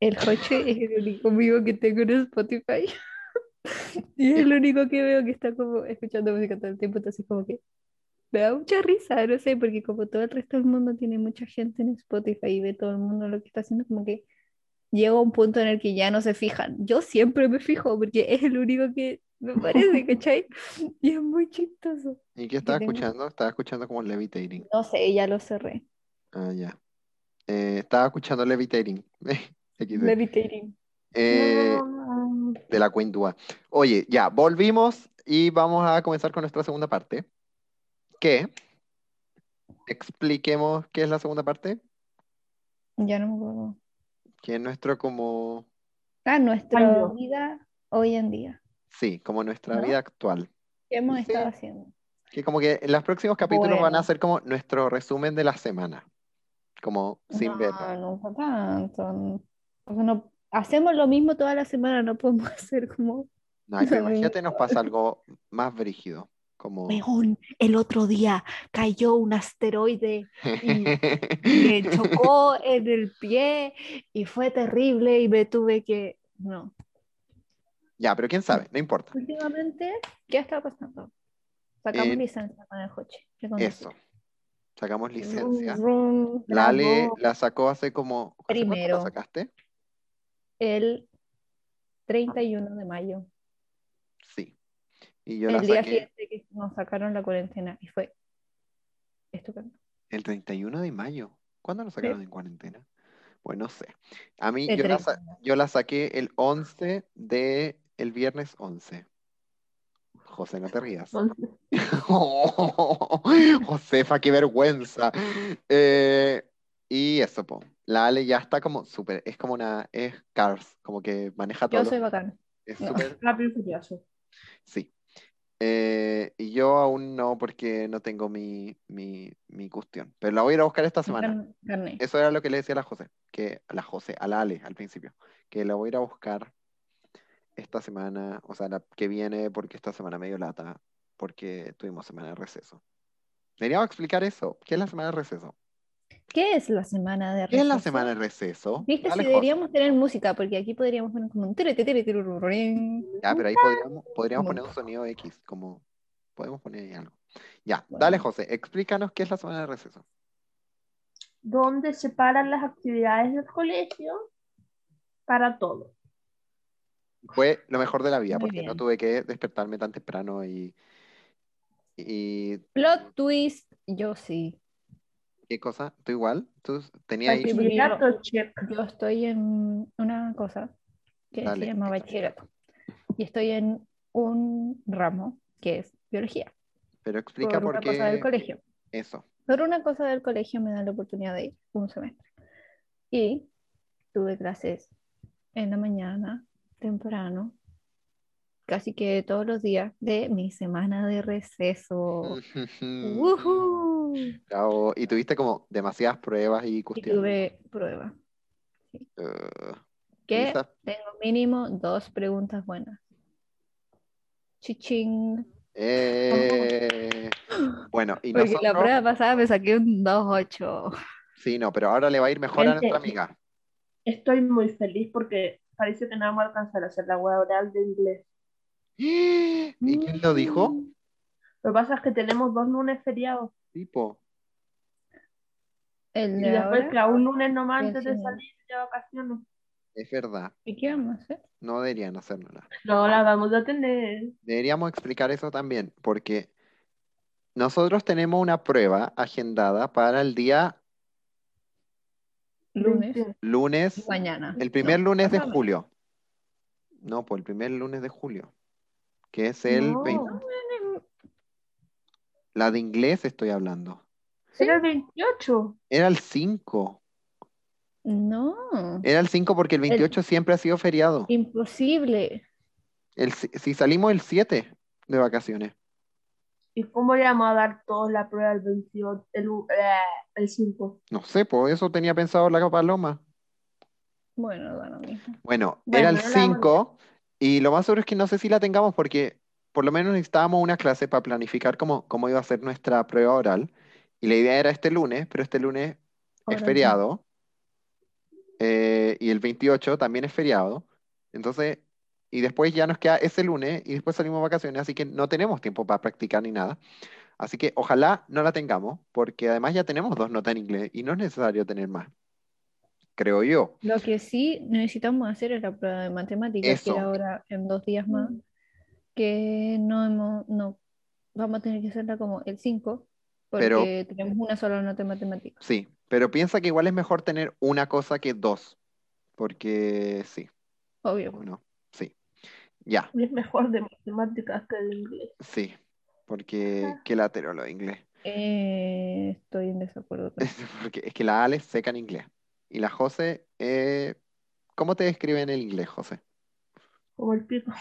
[SPEAKER 2] el coche es el único amigo que tengo en Spotify. Y es el único que veo que está como escuchando música todo el tiempo, entonces como que me da mucha risa, no sé, porque como todo el resto del mundo tiene mucha gente en Spotify y ve todo el mundo lo que está haciendo, como que llega un punto en el que ya no se fijan. Yo siempre me fijo porque es el único que me parece, ¿cachai? Y es muy chistoso.
[SPEAKER 1] ¿Y qué estaba
[SPEAKER 2] tengo-
[SPEAKER 1] escuchando? Estaba escuchando como Levitating.
[SPEAKER 2] No sé, ya lo cerré.
[SPEAKER 1] Ah, ya. Eh, estaba escuchando Levitating. XD.
[SPEAKER 2] Levitating.
[SPEAKER 1] Eh, de la Quindua. Oye, ya, volvimos y vamos a comenzar con nuestra segunda parte. ¿Qué? Expliquemos qué es la segunda parte,
[SPEAKER 2] Ya no me acuerdo.
[SPEAKER 1] que es nuestro como
[SPEAKER 2] Ah, nuestra
[SPEAKER 3] Cambio.
[SPEAKER 2] vida hoy en día.
[SPEAKER 1] Sí, como nuestra
[SPEAKER 2] ¿No?
[SPEAKER 1] vida actual.
[SPEAKER 2] ¿Qué hemos
[SPEAKER 1] Sí.
[SPEAKER 2] estado haciendo?
[SPEAKER 1] Que como que en los próximos capítulos van a
[SPEAKER 2] Bueno.
[SPEAKER 1] ser como nuestro resumen de la semana. Como sin
[SPEAKER 2] no,
[SPEAKER 1] beta.
[SPEAKER 2] nunca tanto. O sea, no, hacemos lo mismo toda la semana, no podemos hacer como.
[SPEAKER 1] No, pero
[SPEAKER 2] no.
[SPEAKER 1] imagínate nos pasa algo más brígido. Como...
[SPEAKER 2] Weón, el otro día cayó un asteroide que chocó en el pie y fue terrible y me tuve que. No.
[SPEAKER 1] ya, pero quién sabe, no importa.
[SPEAKER 2] Últimamente, ¿qué ha estado pasando? Sacamos
[SPEAKER 1] Eh,
[SPEAKER 2] licencia con el coche. de conducir.
[SPEAKER 1] Eso. Sacamos
[SPEAKER 2] Rum,
[SPEAKER 1] licencia.
[SPEAKER 2] rum,
[SPEAKER 1] Lale
[SPEAKER 2] bravo.
[SPEAKER 1] la sacó hace como... ¿hace cuánto
[SPEAKER 2] Primero.
[SPEAKER 1] la sacaste?
[SPEAKER 2] el
[SPEAKER 1] Ah.
[SPEAKER 2] 31 de mayo,
[SPEAKER 1] Sí. Y yo la
[SPEAKER 2] el día
[SPEAKER 1] saqué
[SPEAKER 2] siguiente que nos sacaron la cuarentena y fue estupendo.
[SPEAKER 1] el 31 de mayo. ¿Cuándo la sacaron en cuarentena? Pues no sé. A mí
[SPEAKER 2] El
[SPEAKER 1] yo la, sa-
[SPEAKER 2] 31.
[SPEAKER 1] Yo la saqué el 11 de el viernes 11. José, no te rías. Oh, Josefa, qué vergüenza. Eh, y eso, po. La Ale ya está como súper, es como una, es Cars, como que maneja todo.
[SPEAKER 2] Yo soy bacán.
[SPEAKER 1] es
[SPEAKER 2] no.
[SPEAKER 1] súper,
[SPEAKER 3] Rápido y furioso.
[SPEAKER 1] sí. Eh, y yo aún no, porque no tengo mi, mi, mi cuestión. Pero la voy a ir a buscar esta semana.
[SPEAKER 2] Carne- carné.
[SPEAKER 1] Eso era lo que le decía a la José, que a la José, a la Ale al principio, que la voy a ir a buscar esta semana, o sea, la que viene, porque esta semana medio lata, porque tuvimos semana de receso. Deberíamos explicar eso. ¿Qué es la semana de receso?
[SPEAKER 2] ¿Qué es la semana de
[SPEAKER 1] ¿Qué es la
[SPEAKER 2] receso?
[SPEAKER 1] semana de receso?
[SPEAKER 2] Viste, si
[SPEAKER 1] Dale, José.
[SPEAKER 2] deberíamos tener música, porque aquí podríamos poner como un tere, tere, tere, turururén.
[SPEAKER 1] Ya, pero ahí podríamos, podríamos
[SPEAKER 2] Como-
[SPEAKER 1] poner un sonido X, como podemos poner ahí algo. Ya,
[SPEAKER 2] Bueno.
[SPEAKER 1] dale José, explícanos qué es la semana de receso.
[SPEAKER 3] donde separan las actividades del colegio para todo.
[SPEAKER 1] Fue lo mejor de la vida,
[SPEAKER 2] Muy
[SPEAKER 1] porque no
[SPEAKER 2] bien.
[SPEAKER 1] tuve que despertarme tan temprano y, y
[SPEAKER 2] Plot twist, yo sí.
[SPEAKER 1] ¿qué cosa? ¿Tú igual? ¿Tú tenías ahí?
[SPEAKER 2] Participé.
[SPEAKER 3] Bachillerato, check.
[SPEAKER 2] Yo estoy en una cosa que
[SPEAKER 1] Dale,
[SPEAKER 2] se llama
[SPEAKER 1] explícame.
[SPEAKER 2] bachillerato. Y estoy en un ramo que es biología.
[SPEAKER 1] Pero explica
[SPEAKER 2] por
[SPEAKER 1] por
[SPEAKER 2] una cosa del
[SPEAKER 1] qué
[SPEAKER 2] colegio.
[SPEAKER 1] eso.
[SPEAKER 2] Por una cosa del colegio me dan la oportunidad de ir un semestre. Y tuve clases en la mañana, temprano, casi que todos los días de mi semana de receso.
[SPEAKER 1] Mm.
[SPEAKER 2] ¡Wujú!
[SPEAKER 1] Bravo. Y tuviste como demasiadas pruebas y
[SPEAKER 2] Y
[SPEAKER 1] cuestiones.
[SPEAKER 2] tuve prueba.
[SPEAKER 1] Eh, y
[SPEAKER 2] Que
[SPEAKER 1] esas-
[SPEAKER 2] tengo mínimo dos preguntas buenas. Chiching.
[SPEAKER 1] Eh, Bueno, y
[SPEAKER 2] Porque la
[SPEAKER 1] nosotros...
[SPEAKER 2] prueba pasada me saqué un 2.8.
[SPEAKER 1] Sí, no, pero ahora le va a ir mejor a
[SPEAKER 3] Gente,
[SPEAKER 1] nuestra amiga.
[SPEAKER 3] Estoy muy feliz porque parece que no vamos a alcanzar a hacer la web oral de inglés.
[SPEAKER 1] ¿Y quién lo dijo?
[SPEAKER 2] Mm.
[SPEAKER 3] Lo que pasa es que tenemos dos lunes feriados
[SPEAKER 1] Tipo,
[SPEAKER 2] El
[SPEAKER 3] y
[SPEAKER 2] de
[SPEAKER 3] después,
[SPEAKER 2] ahora.
[SPEAKER 3] claro, un lunes nomás
[SPEAKER 2] Sí,
[SPEAKER 3] antes de
[SPEAKER 2] sí.
[SPEAKER 3] salir de vacaciones.
[SPEAKER 1] es verdad,
[SPEAKER 2] ¿Y qué vamos a hacer?
[SPEAKER 1] no deberían hacérnosla.
[SPEAKER 3] No la vamos a tener.
[SPEAKER 1] Deberíamos explicar eso también, porque nosotros tenemos una prueba agendada para el día
[SPEAKER 2] Lunes.
[SPEAKER 1] lunes,
[SPEAKER 2] Mañana.
[SPEAKER 1] el primer
[SPEAKER 2] No,
[SPEAKER 1] lunes de
[SPEAKER 2] pasado
[SPEAKER 1] julio. No, pues el primer lunes de julio, que es el
[SPEAKER 3] No.
[SPEAKER 1] 20.
[SPEAKER 2] mañana.
[SPEAKER 1] La de inglés estoy hablando.
[SPEAKER 3] Era el 28.
[SPEAKER 1] Era el 5.
[SPEAKER 2] No,
[SPEAKER 1] Era el 5 porque el 28 siempre ha sido feriado.
[SPEAKER 2] imposible.
[SPEAKER 1] El, si si salimos el 7 de vacaciones.
[SPEAKER 3] ¿Y cómo le vamos a dar todos la prueba el 28? El, u- eh, el 5.
[SPEAKER 1] No sé, por eso tenía pensado la paloma.
[SPEAKER 2] Bueno, da lo mismo.
[SPEAKER 1] Bueno,
[SPEAKER 3] Bueno,
[SPEAKER 1] era el
[SPEAKER 3] no la
[SPEAKER 1] 5 y lo más seguro es que no sé si la tengamos porque por lo menos necesitábamos una clase para planificar cómo, cómo iba a ser nuestra prueba oral. Y la idea era este lunes, pero este lunes
[SPEAKER 2] Ahora
[SPEAKER 1] es
[SPEAKER 2] no.
[SPEAKER 1] feriado eh, y el 28 también es feriado. Entonces, y después ya nos queda ese lunes y después salimos de vacaciones, así que no tenemos tiempo para practicar ni nada. Así que ojalá no la tengamos porque además ya tenemos dos notas en inglés y no es necesario tener más, creo yo.
[SPEAKER 2] Lo que sí necesitamos hacer es la prueba de matemáticas, que
[SPEAKER 1] Eso. Mm.
[SPEAKER 2] era ahora en dos días más, que no hemos, no, vamos a tener que hacerla como el 5,
[SPEAKER 1] Pero-
[SPEAKER 2] porque tenemos una sola nota en matemáticas.
[SPEAKER 1] Sí, pero piensa que igual es mejor tener una cosa que dos, porque sí,
[SPEAKER 2] Obvio.
[SPEAKER 1] bueno, sí, ya,
[SPEAKER 3] Es mejor de matemáticas que de inglés.
[SPEAKER 1] sí, porque
[SPEAKER 3] Ajá.
[SPEAKER 1] qué latero lo de inglés,
[SPEAKER 2] Eh, estoy en desacuerdo con
[SPEAKER 1] Es porque es que la Ale seca en inglés y la José, eh, ¿cómo te describen el inglés, José?
[SPEAKER 3] Como el pico.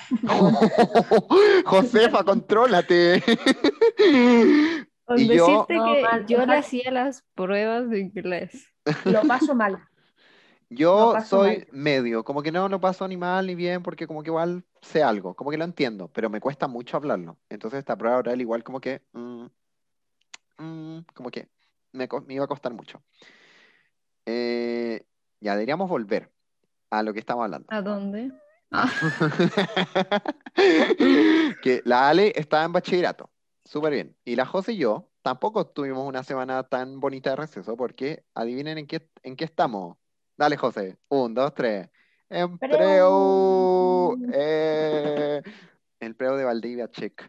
[SPEAKER 1] Josefa, contrólate.
[SPEAKER 2] Con
[SPEAKER 1] Y yo-
[SPEAKER 2] decirte
[SPEAKER 3] No,
[SPEAKER 2] que
[SPEAKER 3] mal,
[SPEAKER 2] yo le
[SPEAKER 3] mal.
[SPEAKER 2] hacía las pruebas de inglés.
[SPEAKER 3] Lo paso mal.
[SPEAKER 1] Yo
[SPEAKER 3] No paso
[SPEAKER 1] soy
[SPEAKER 3] mal.
[SPEAKER 1] medio, como que no, no paso ni mal ni bien, porque como que igual sé algo, como que lo entiendo, pero me cuesta mucho hablarlo. Entonces esta prueba oral igual como que, mm, mm, como que me, co- me iba a costar mucho. Eh, ya deberíamos volver a lo que estamos hablando.
[SPEAKER 2] ¿A dónde?
[SPEAKER 1] que la Ale estaba en bachillerato, súper bien. Y la José y yo tampoco tuvimos una semana tan bonita de receso, porque adivinen en qué, en qué estamos. Dale, José. Un, dos, tres. En
[SPEAKER 3] Preu.
[SPEAKER 1] preu. Eh, el preu de Valdivia, check.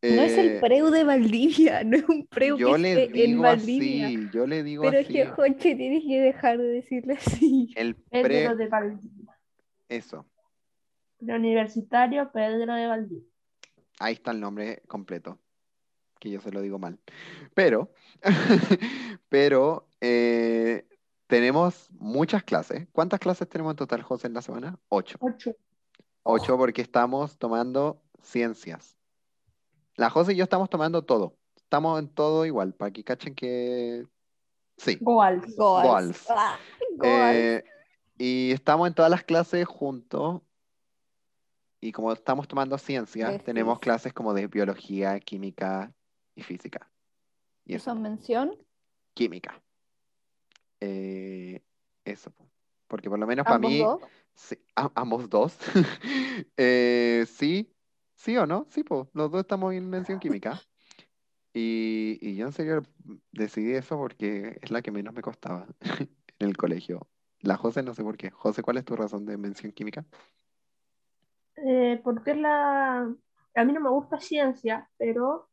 [SPEAKER 2] No es el
[SPEAKER 1] Eh,
[SPEAKER 2] preu de Valdivia, no es un preu que
[SPEAKER 1] Yo le
[SPEAKER 2] esté en
[SPEAKER 1] digo
[SPEAKER 2] Valdivia.
[SPEAKER 1] así, yo le digo
[SPEAKER 2] Pero es
[SPEAKER 1] así.
[SPEAKER 2] que, Jorge, tienes que dejar de decirle así.
[SPEAKER 1] El
[SPEAKER 3] Pedro
[SPEAKER 1] pre,
[SPEAKER 3] de Valdivia.
[SPEAKER 1] eso.
[SPEAKER 3] Preuniversitario Pedro de Valdivia.
[SPEAKER 1] Ahí está el nombre completo, que yo se lo digo mal. Pero, pero eh, tenemos muchas clases. ¿Cuántas clases tenemos en total, José, en la semana? Ocho.
[SPEAKER 3] Ocho.
[SPEAKER 1] Ocho porque estamos tomando ciencias. La José y yo estamos tomando todo. Estamos en todo igual, para que cachen que... Sí.
[SPEAKER 3] Goal.
[SPEAKER 2] Goals.
[SPEAKER 1] Goals.
[SPEAKER 2] Ah, goals.
[SPEAKER 1] Eh, y estamos en todas las clases juntos. Y como estamos tomando ciencia,
[SPEAKER 2] De
[SPEAKER 1] tenemos
[SPEAKER 2] física.
[SPEAKER 1] clases como de biología, química y física. Y eso,
[SPEAKER 2] Son mención.
[SPEAKER 1] química. Eh, eso. po. Porque por lo menos Ah, para
[SPEAKER 2] Ambos
[SPEAKER 1] mí,
[SPEAKER 2] dos.
[SPEAKER 1] sí, a- ambos dos. Eh, sí, sí o no, sí, pues, los dos estamos en mención química. Y, y yo en serio decidí eso porque es la que menos me costaba en el colegio. La José, no sé por qué. José, ¿cuál es tu razón de mención química?
[SPEAKER 3] Eh, porque es la... A mí no me gusta ciencia, pero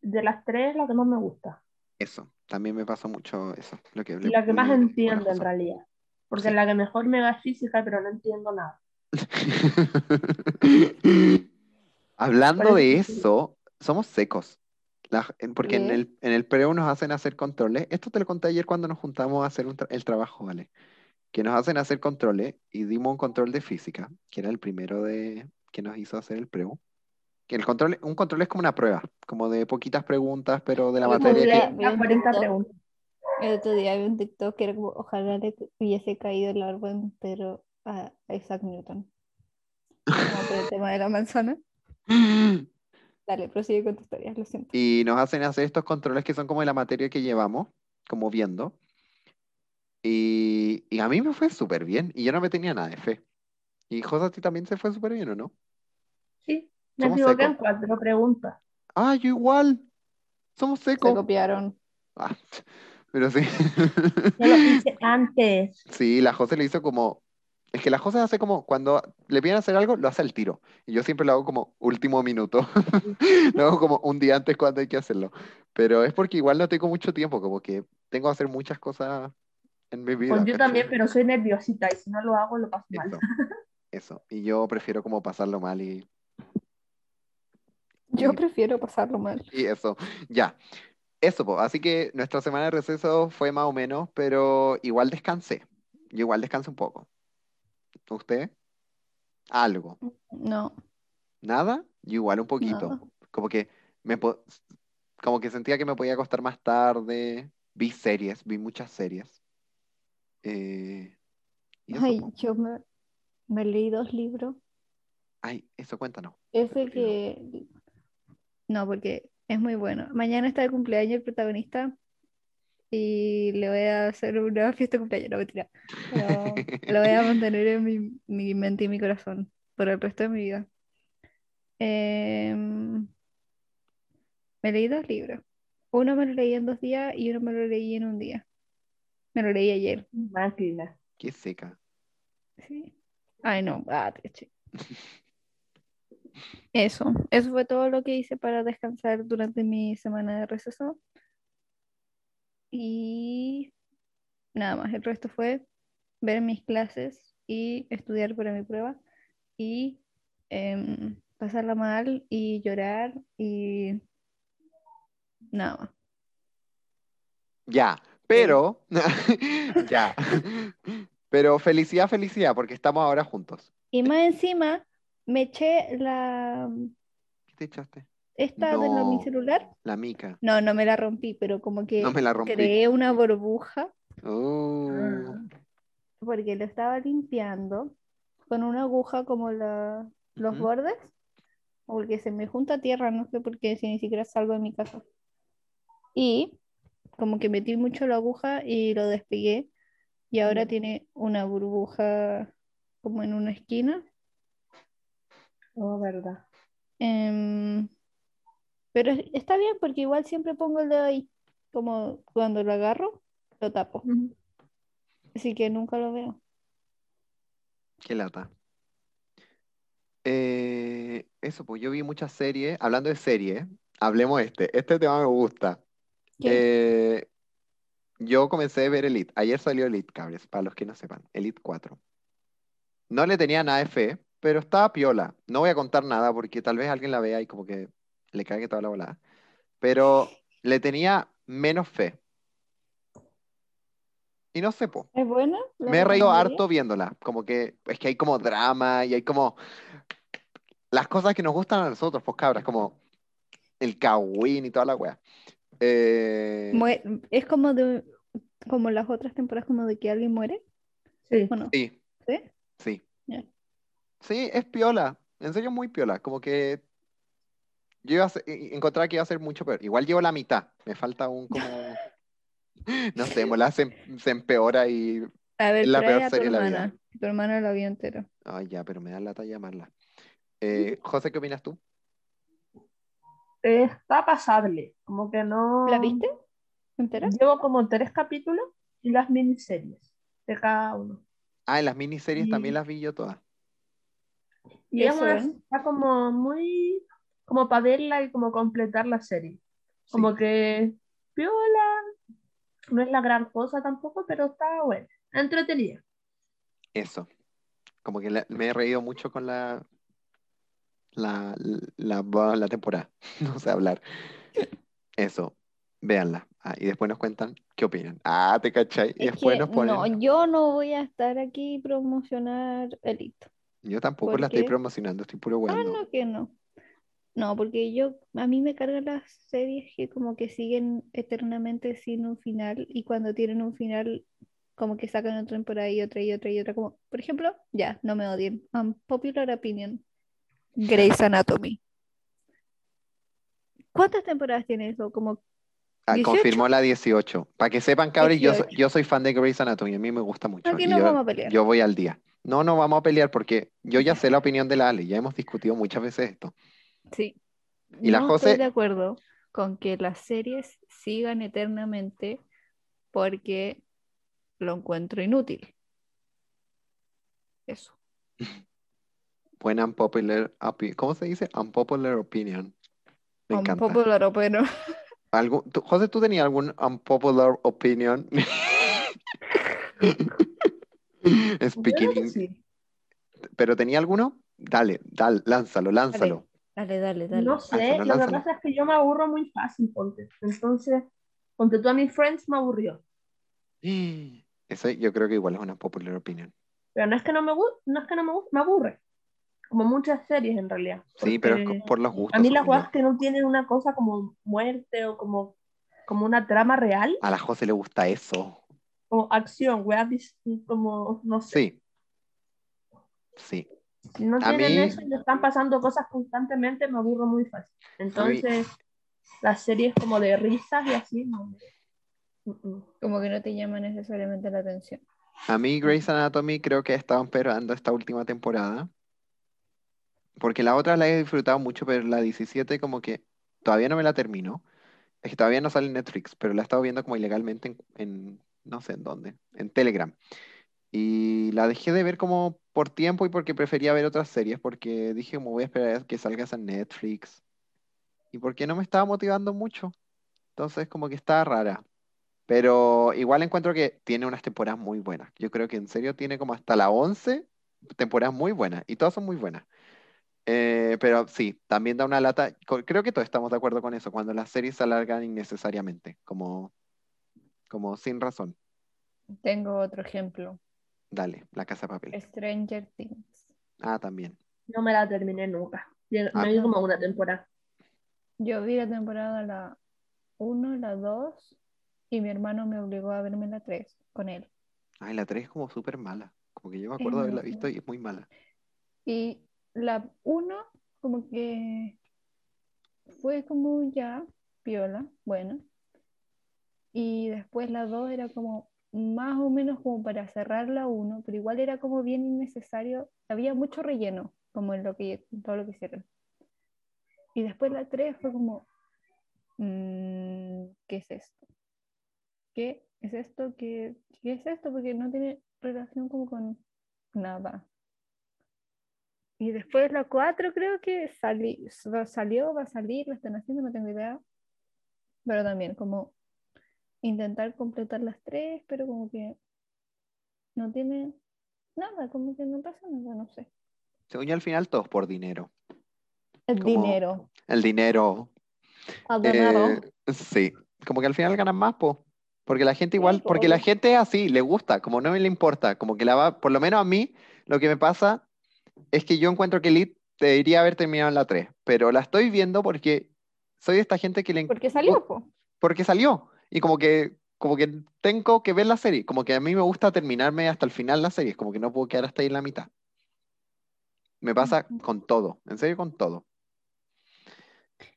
[SPEAKER 3] de las tres es la que más me gusta.
[SPEAKER 1] Eso, también me pasó mucho eso. Lo que,
[SPEAKER 3] Y la que más
[SPEAKER 1] lo-
[SPEAKER 3] entiendo en
[SPEAKER 1] bueno,
[SPEAKER 3] realidad. Porque
[SPEAKER 1] Mm. Sí.
[SPEAKER 3] la que mejor me va es física, pero no entiendo nada.
[SPEAKER 1] Hablando de
[SPEAKER 3] Parece que sí.
[SPEAKER 1] eso, somos secos. La- en- porque en
[SPEAKER 2] ¿Qué?
[SPEAKER 1] el, en el preo nos hacen hacer controles. Esto te lo conté ayer cuando nos juntamos a hacer un tra- el trabajo, ¿vale? Que nos hacen hacer controles y dimos un control de física, que era el primero de, que nos hizo hacer el preo. Que el control, un control es como una prueba, como de poquitas preguntas, pero de la
[SPEAKER 2] Como
[SPEAKER 1] materia que...
[SPEAKER 2] de-
[SPEAKER 3] Cumple las 40 preguntas.
[SPEAKER 2] El otro día vi un TikTok que era como, ojalá le hubiese caído el árbol entero a Isaac Newton. Como por el tema de la manzana. Dale, prosigue con tu historia, lo siento.
[SPEAKER 1] y nos hacen hacer estos controles que son como de la materia que llevamos, como viendo. Y, y a mí me fue súper bien y yo no me tenía nada de fe. Y José, ¿a ti también se fue súper bien o no?
[SPEAKER 3] Sí, me
[SPEAKER 1] Somos
[SPEAKER 3] equivoqué
[SPEAKER 1] secos.
[SPEAKER 3] en cuatro preguntas.
[SPEAKER 1] Ah, yo igual. Somos
[SPEAKER 2] Se
[SPEAKER 1] secos.
[SPEAKER 2] copiaron.
[SPEAKER 1] Ah, pero sí.
[SPEAKER 3] Yo lo hice antes.
[SPEAKER 1] Sí, la José le hizo como. Es que la José hace como cuando le piden hacer algo, lo hace al tiro. Y yo siempre lo hago como último minuto. Lo hago como un día antes cuando hay que hacerlo. Pero es porque igual no tengo mucho tiempo, como que tengo que hacer muchas cosas en mi vida.
[SPEAKER 3] Pues yo
[SPEAKER 1] ¿cachai?
[SPEAKER 3] también, pero soy nerviosita y si no lo hago, lo paso mal.
[SPEAKER 1] Eso, eso. Y yo prefiero como pasarlo mal y,
[SPEAKER 2] Yo
[SPEAKER 1] Sí.
[SPEAKER 2] prefiero pasarlo mal.
[SPEAKER 1] y eso. Ya. Eso, po. Así que nuestra semana de receso fue más o menos, pero igual descansé. Yo igual descansé un poco. ¿Usted? Algo.
[SPEAKER 2] No.
[SPEAKER 1] Nada, yo igual un poquito.
[SPEAKER 2] Nada.
[SPEAKER 1] Como que me po- como que sentía que me podía acostar más tarde. Vi series, vi muchas series. Eh, y eso,
[SPEAKER 2] Ay,
[SPEAKER 1] po.
[SPEAKER 2] yo me, me leí dos libros.
[SPEAKER 1] Ay, eso cuéntanos.
[SPEAKER 2] Ese
[SPEAKER 1] Perfecto.
[SPEAKER 2] que... No, porque es muy bueno. Mañana está de cumpleaños el protagonista y le voy a hacer una fiesta de cumpleaños, no mentira. Pero lo voy a mantener en mi, mi mente y mi corazón por el resto de mi vida. Em, me leí dos libros. Uno me lo leí en dos días y uno me lo leí en un día. Me lo leí ayer.
[SPEAKER 3] Máquina.
[SPEAKER 1] Qué seca.
[SPEAKER 2] Sí. Ay, no. Ah, te caché. Eso. Eso fue todo lo que hice para descansar durante mi semana de receso. Y nada más. El resto fue ver mis clases y estudiar para mi prueba y em, pasarla mal y llorar y nada más.
[SPEAKER 1] Ya, pero ya. Pero felicidad, felicidad, porque estamos ahora juntos.
[SPEAKER 2] Y más encima me eché la
[SPEAKER 1] ¿Qué te echaste?
[SPEAKER 2] esta de la- mi
[SPEAKER 1] No.
[SPEAKER 2] celular.
[SPEAKER 1] La mica.
[SPEAKER 2] No, no me la rompí, pero como que
[SPEAKER 1] No me la rompí.
[SPEAKER 2] creé una burbuja.
[SPEAKER 1] Oh,
[SPEAKER 2] Ah, porque lo estaba limpiando con una aguja como la- los
[SPEAKER 1] Ujú.
[SPEAKER 2] bordes, porque se me junta tierra, no sé por qué, si ni siquiera salgo de mi casa. Y como que metí mucho la aguja y lo despegué, y ahora
[SPEAKER 3] Ya.
[SPEAKER 2] tiene una burbuja como en una esquina.
[SPEAKER 3] Oh, verdad.
[SPEAKER 2] Em, pero es- está bien porque igual siempre pongo el dedo ahí, como cuando lo agarro, lo tapo, así que nunca lo veo.
[SPEAKER 1] qué lata. Eh, eso, pues yo vi muchas series. Hablando de series, hablemos este. Este tema me gusta.
[SPEAKER 2] ¿Qué?
[SPEAKER 1] Eh, yo comencé a ver Elite. Ayer salió Elite, cabres, para los que no sepan. Elite 4. No le tenía nada de fe, pero estaba piola. No voy a contar nada porque tal vez alguien la vea y como que le caiga toda la volada. Pero le tenía menos fe. Y no sé, po.
[SPEAKER 2] ¿Es buena? ¿La
[SPEAKER 1] Me he reído
[SPEAKER 2] recomendarías?
[SPEAKER 1] harto viéndola. Como que es que hay como drama y hay como las cosas que nos gustan a nosotros, pues cabras, como el cagüín y toda la wea. Eh,
[SPEAKER 2] Mue- es como de como las otras temporadas como de que alguien muere
[SPEAKER 3] Sí.
[SPEAKER 2] bueno
[SPEAKER 1] sí,
[SPEAKER 2] ¿sí?
[SPEAKER 1] sí.
[SPEAKER 2] Ya.
[SPEAKER 1] Sí, es piola. En serio, muy piola. Como que Yo iba a ser- y- y encontraba que iba a ser mucho peor. Igual llevo la mitad. Me falta un como. No sé, mola, se, se empeora y.
[SPEAKER 2] A ver,
[SPEAKER 1] Es la
[SPEAKER 2] trae
[SPEAKER 1] peor
[SPEAKER 2] a tu
[SPEAKER 1] serie de la vida.
[SPEAKER 2] hermana. que Tu hermana la vio entera.
[SPEAKER 1] Ay, ya, pero me da lata llamarla. Eh, José, ¿qué opinas tú?
[SPEAKER 3] Está pasable, como que no...
[SPEAKER 2] ¿La viste? ¿Entera?
[SPEAKER 3] Llevo como tres capítulos y las miniseries de cada uno.
[SPEAKER 1] Ah, en las miniseries
[SPEAKER 3] Sí.
[SPEAKER 1] también las vi yo todas.
[SPEAKER 3] Y
[SPEAKER 2] Eso
[SPEAKER 3] es una-
[SPEAKER 2] es.
[SPEAKER 3] está como muy, como para verla y como completar la serie.
[SPEAKER 1] Sí.
[SPEAKER 3] Como que, piola, no es la gran cosa tampoco, pero está buena, entretenida.
[SPEAKER 1] Eso. Como que la- me he reído mucho con la la, la, la- la temporada. No sé hablar. Eso. Véanla. Ah, y después nos cuentan qué opinan. Ah, te cachai. Y
[SPEAKER 2] Es
[SPEAKER 1] después
[SPEAKER 2] que
[SPEAKER 1] nos ponen.
[SPEAKER 2] No, yo no voy a estar aquí promocionar Elite.
[SPEAKER 1] Yo tampoco
[SPEAKER 2] ¿Por
[SPEAKER 1] la estoy
[SPEAKER 2] qué?
[SPEAKER 1] promocionando, estoy puro
[SPEAKER 2] Ah,
[SPEAKER 1] bueno.
[SPEAKER 2] no, que no. No, porque yo, a mí me cargan las series que como que siguen eternamente sin un final y cuando tienen un final como que sacan otra temporada y otra y otra y otra. Como, por ejemplo, ya, no me odien. Um, popular opinion. Grey's Anatomy. ¿Cuántas temporadas tiene eso? Como,
[SPEAKER 1] Ah,
[SPEAKER 2] 18.
[SPEAKER 1] confirmó la 18. Para que sepan, cabros, yo, soy-
[SPEAKER 2] 18.
[SPEAKER 1] yo soy fan de Grey's Anatomy, a mí me gusta mucho.
[SPEAKER 2] aquí
[SPEAKER 1] y
[SPEAKER 2] nos
[SPEAKER 1] yo,
[SPEAKER 2] vamos a pelear.
[SPEAKER 1] yo voy al día. No, no vamos a pelear porque yo ya sé la opinión de la Ale, ya hemos discutido muchas veces esto.
[SPEAKER 2] Sí.
[SPEAKER 1] Y la
[SPEAKER 2] no
[SPEAKER 1] José-
[SPEAKER 2] estoy de acuerdo con que las series sigan eternamente porque lo encuentro inútil. Eso.
[SPEAKER 1] Buena unpopular opi- ¿Cómo se dice? Unpopular opinion. Me
[SPEAKER 2] Un
[SPEAKER 1] encanta.
[SPEAKER 2] poco raro, pero
[SPEAKER 1] Algún- tú- José, ¿tú tenías algún unpopular opinion?
[SPEAKER 3] Yo creo
[SPEAKER 1] Speaking,
[SPEAKER 3] que sí.
[SPEAKER 1] ¿pero tenía alguno? Dale, dale, lánzalo, lánzalo.
[SPEAKER 2] dale, dale, dale.
[SPEAKER 1] Ah,
[SPEAKER 3] No sé,
[SPEAKER 1] Lánzalo,
[SPEAKER 3] lo que
[SPEAKER 1] lánzalo.
[SPEAKER 3] pasa es que yo me aburro muy fácil, ponte. Entonces, ponte tú a mis friends me aburrió.
[SPEAKER 1] Eso yo creo que igual es una popular opinion.
[SPEAKER 3] Pero no es que no me guste, no es que no me guste, me aburre. Como muchas series en realidad.
[SPEAKER 1] Sí, pero es
[SPEAKER 3] porque-
[SPEAKER 1] co- por los gustos.
[SPEAKER 3] A mí
[SPEAKER 1] según
[SPEAKER 3] las
[SPEAKER 1] yo.
[SPEAKER 3] guas que no tienen una cosa como muerte o como, como una trama real,
[SPEAKER 1] A la José le gusta eso.
[SPEAKER 3] o acción, weas dis- como, no sé,
[SPEAKER 1] Sí. Sí.
[SPEAKER 3] si no
[SPEAKER 1] A
[SPEAKER 3] tienen
[SPEAKER 1] mí-
[SPEAKER 3] eso y le están pasando cosas constantemente, me aburro muy fácil. Entonces, las series como de risas y así, no. Mm, mm.
[SPEAKER 2] Como que no te llama necesariamente la atención.
[SPEAKER 1] A mí Grey's Anatomy creo que he estado esperando esta última temporada. Porque la otra la he disfrutado mucho, pero la 17 como que todavía no me la termino. Es que todavía no sale en Netflix, pero la he estado viendo como ilegalmente en, en- no sé en dónde, en Telegram. Y la dejé de ver como por tiempo y porque prefería ver otras series, porque dije, me voy a esperar a que salgas en Netflix. Y porque no me estaba motivando mucho. Entonces como que estaba rara. Pero igual encuentro que tiene unas temporadas muy buenas. Yo creo que en serio tiene como hasta la 11 temporadas muy buenas. Y todas son muy buenas. Eh, pero sí, también da una lata. co- Creo que todos estamos de acuerdo con eso, cuando las series se alargan innecesariamente, como, como sin razón.
[SPEAKER 2] Tengo otro ejemplo.
[SPEAKER 1] Dale, la casa de papel.
[SPEAKER 2] Stranger Things.
[SPEAKER 1] Ah, también.
[SPEAKER 3] No me la terminé nunca. Llega-
[SPEAKER 1] Ah.
[SPEAKER 3] Me vi como una temporada.
[SPEAKER 2] Yo vi la temporada la 1, la 2 y mi hermano me obligó a verme la 3 con él.
[SPEAKER 1] Ay, la 3 es como súper mala. Como que yo me
[SPEAKER 2] Es
[SPEAKER 1] acuerdo de haberla
[SPEAKER 2] muy
[SPEAKER 1] visto y es muy mala.
[SPEAKER 2] Y la 1 como que fue como ya viola, bueno. Y después la 2 era como más o menos como para cerrar la 1, pero igual era como bien innecesario. Había mucho relleno, como en lo que, en todo lo que hicieron. Y después la 3 fue como, mm, ¿qué es esto? ¿Qué es esto? ¿Qué, ¿Qué es esto? Porque no tiene relación como con nada. Y después la 4 creo que sali- va- salió, va a salir, la están haciendo, no tengo idea. Pero también como intentar completar las tres, pero como que no tiene nada, como que no pasa nada, no sé.
[SPEAKER 1] Según yo, al final todos por dinero.
[SPEAKER 2] El
[SPEAKER 1] Como-
[SPEAKER 2] dinero.
[SPEAKER 1] El dinero.
[SPEAKER 2] El
[SPEAKER 1] Eh, sí, como que al final ganan más, po. Porque la gente
[SPEAKER 2] Sí,
[SPEAKER 1] igual,
[SPEAKER 2] po,
[SPEAKER 1] porque la
[SPEAKER 2] obvio.
[SPEAKER 1] gente es así, le gusta, como no me le importa, como que la va, por lo menos a mí, lo que me pasa es que yo encuentro que Elite debería haber terminado en la 3, pero la estoy viendo porque soy de esta gente que le, en- uh,
[SPEAKER 2] Porque salió, po.
[SPEAKER 1] porque salió, y como que, como que tengo que ver la serie, como que a mí me gusta terminarme hasta el final la serie, como que no puedo quedar hasta ahí en la mitad. Me pasa
[SPEAKER 2] Ujú.
[SPEAKER 1] con todo, en serio con todo.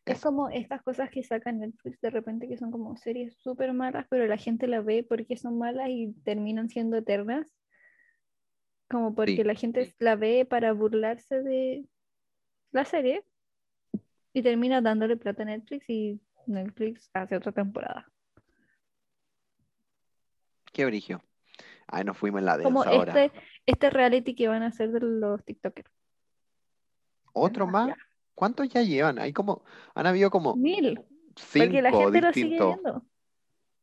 [SPEAKER 2] Es como estas cosas que sacan Netflix de repente que son como series súper malas, pero la gente la ve porque son malas y terminan siendo eternas. Como porque
[SPEAKER 1] Sí,
[SPEAKER 2] la gente
[SPEAKER 1] sí.
[SPEAKER 2] la ve para burlarse de la serie y termina dándole plata a Netflix y Netflix hace otra temporada.
[SPEAKER 1] Qué brillo. Ay, nos fuimos en la
[SPEAKER 2] Como
[SPEAKER 1] densa ahora.
[SPEAKER 2] este, este reality que van a hacer de los TikTokers.
[SPEAKER 1] ¿Otro más?
[SPEAKER 2] Ah, Ya.
[SPEAKER 1] ¿Cuántos ya llevan? Hay como, han habido como
[SPEAKER 2] Mil. Porque la
[SPEAKER 1] cinco
[SPEAKER 2] gente lo sigue
[SPEAKER 1] distintos.
[SPEAKER 2] viendo.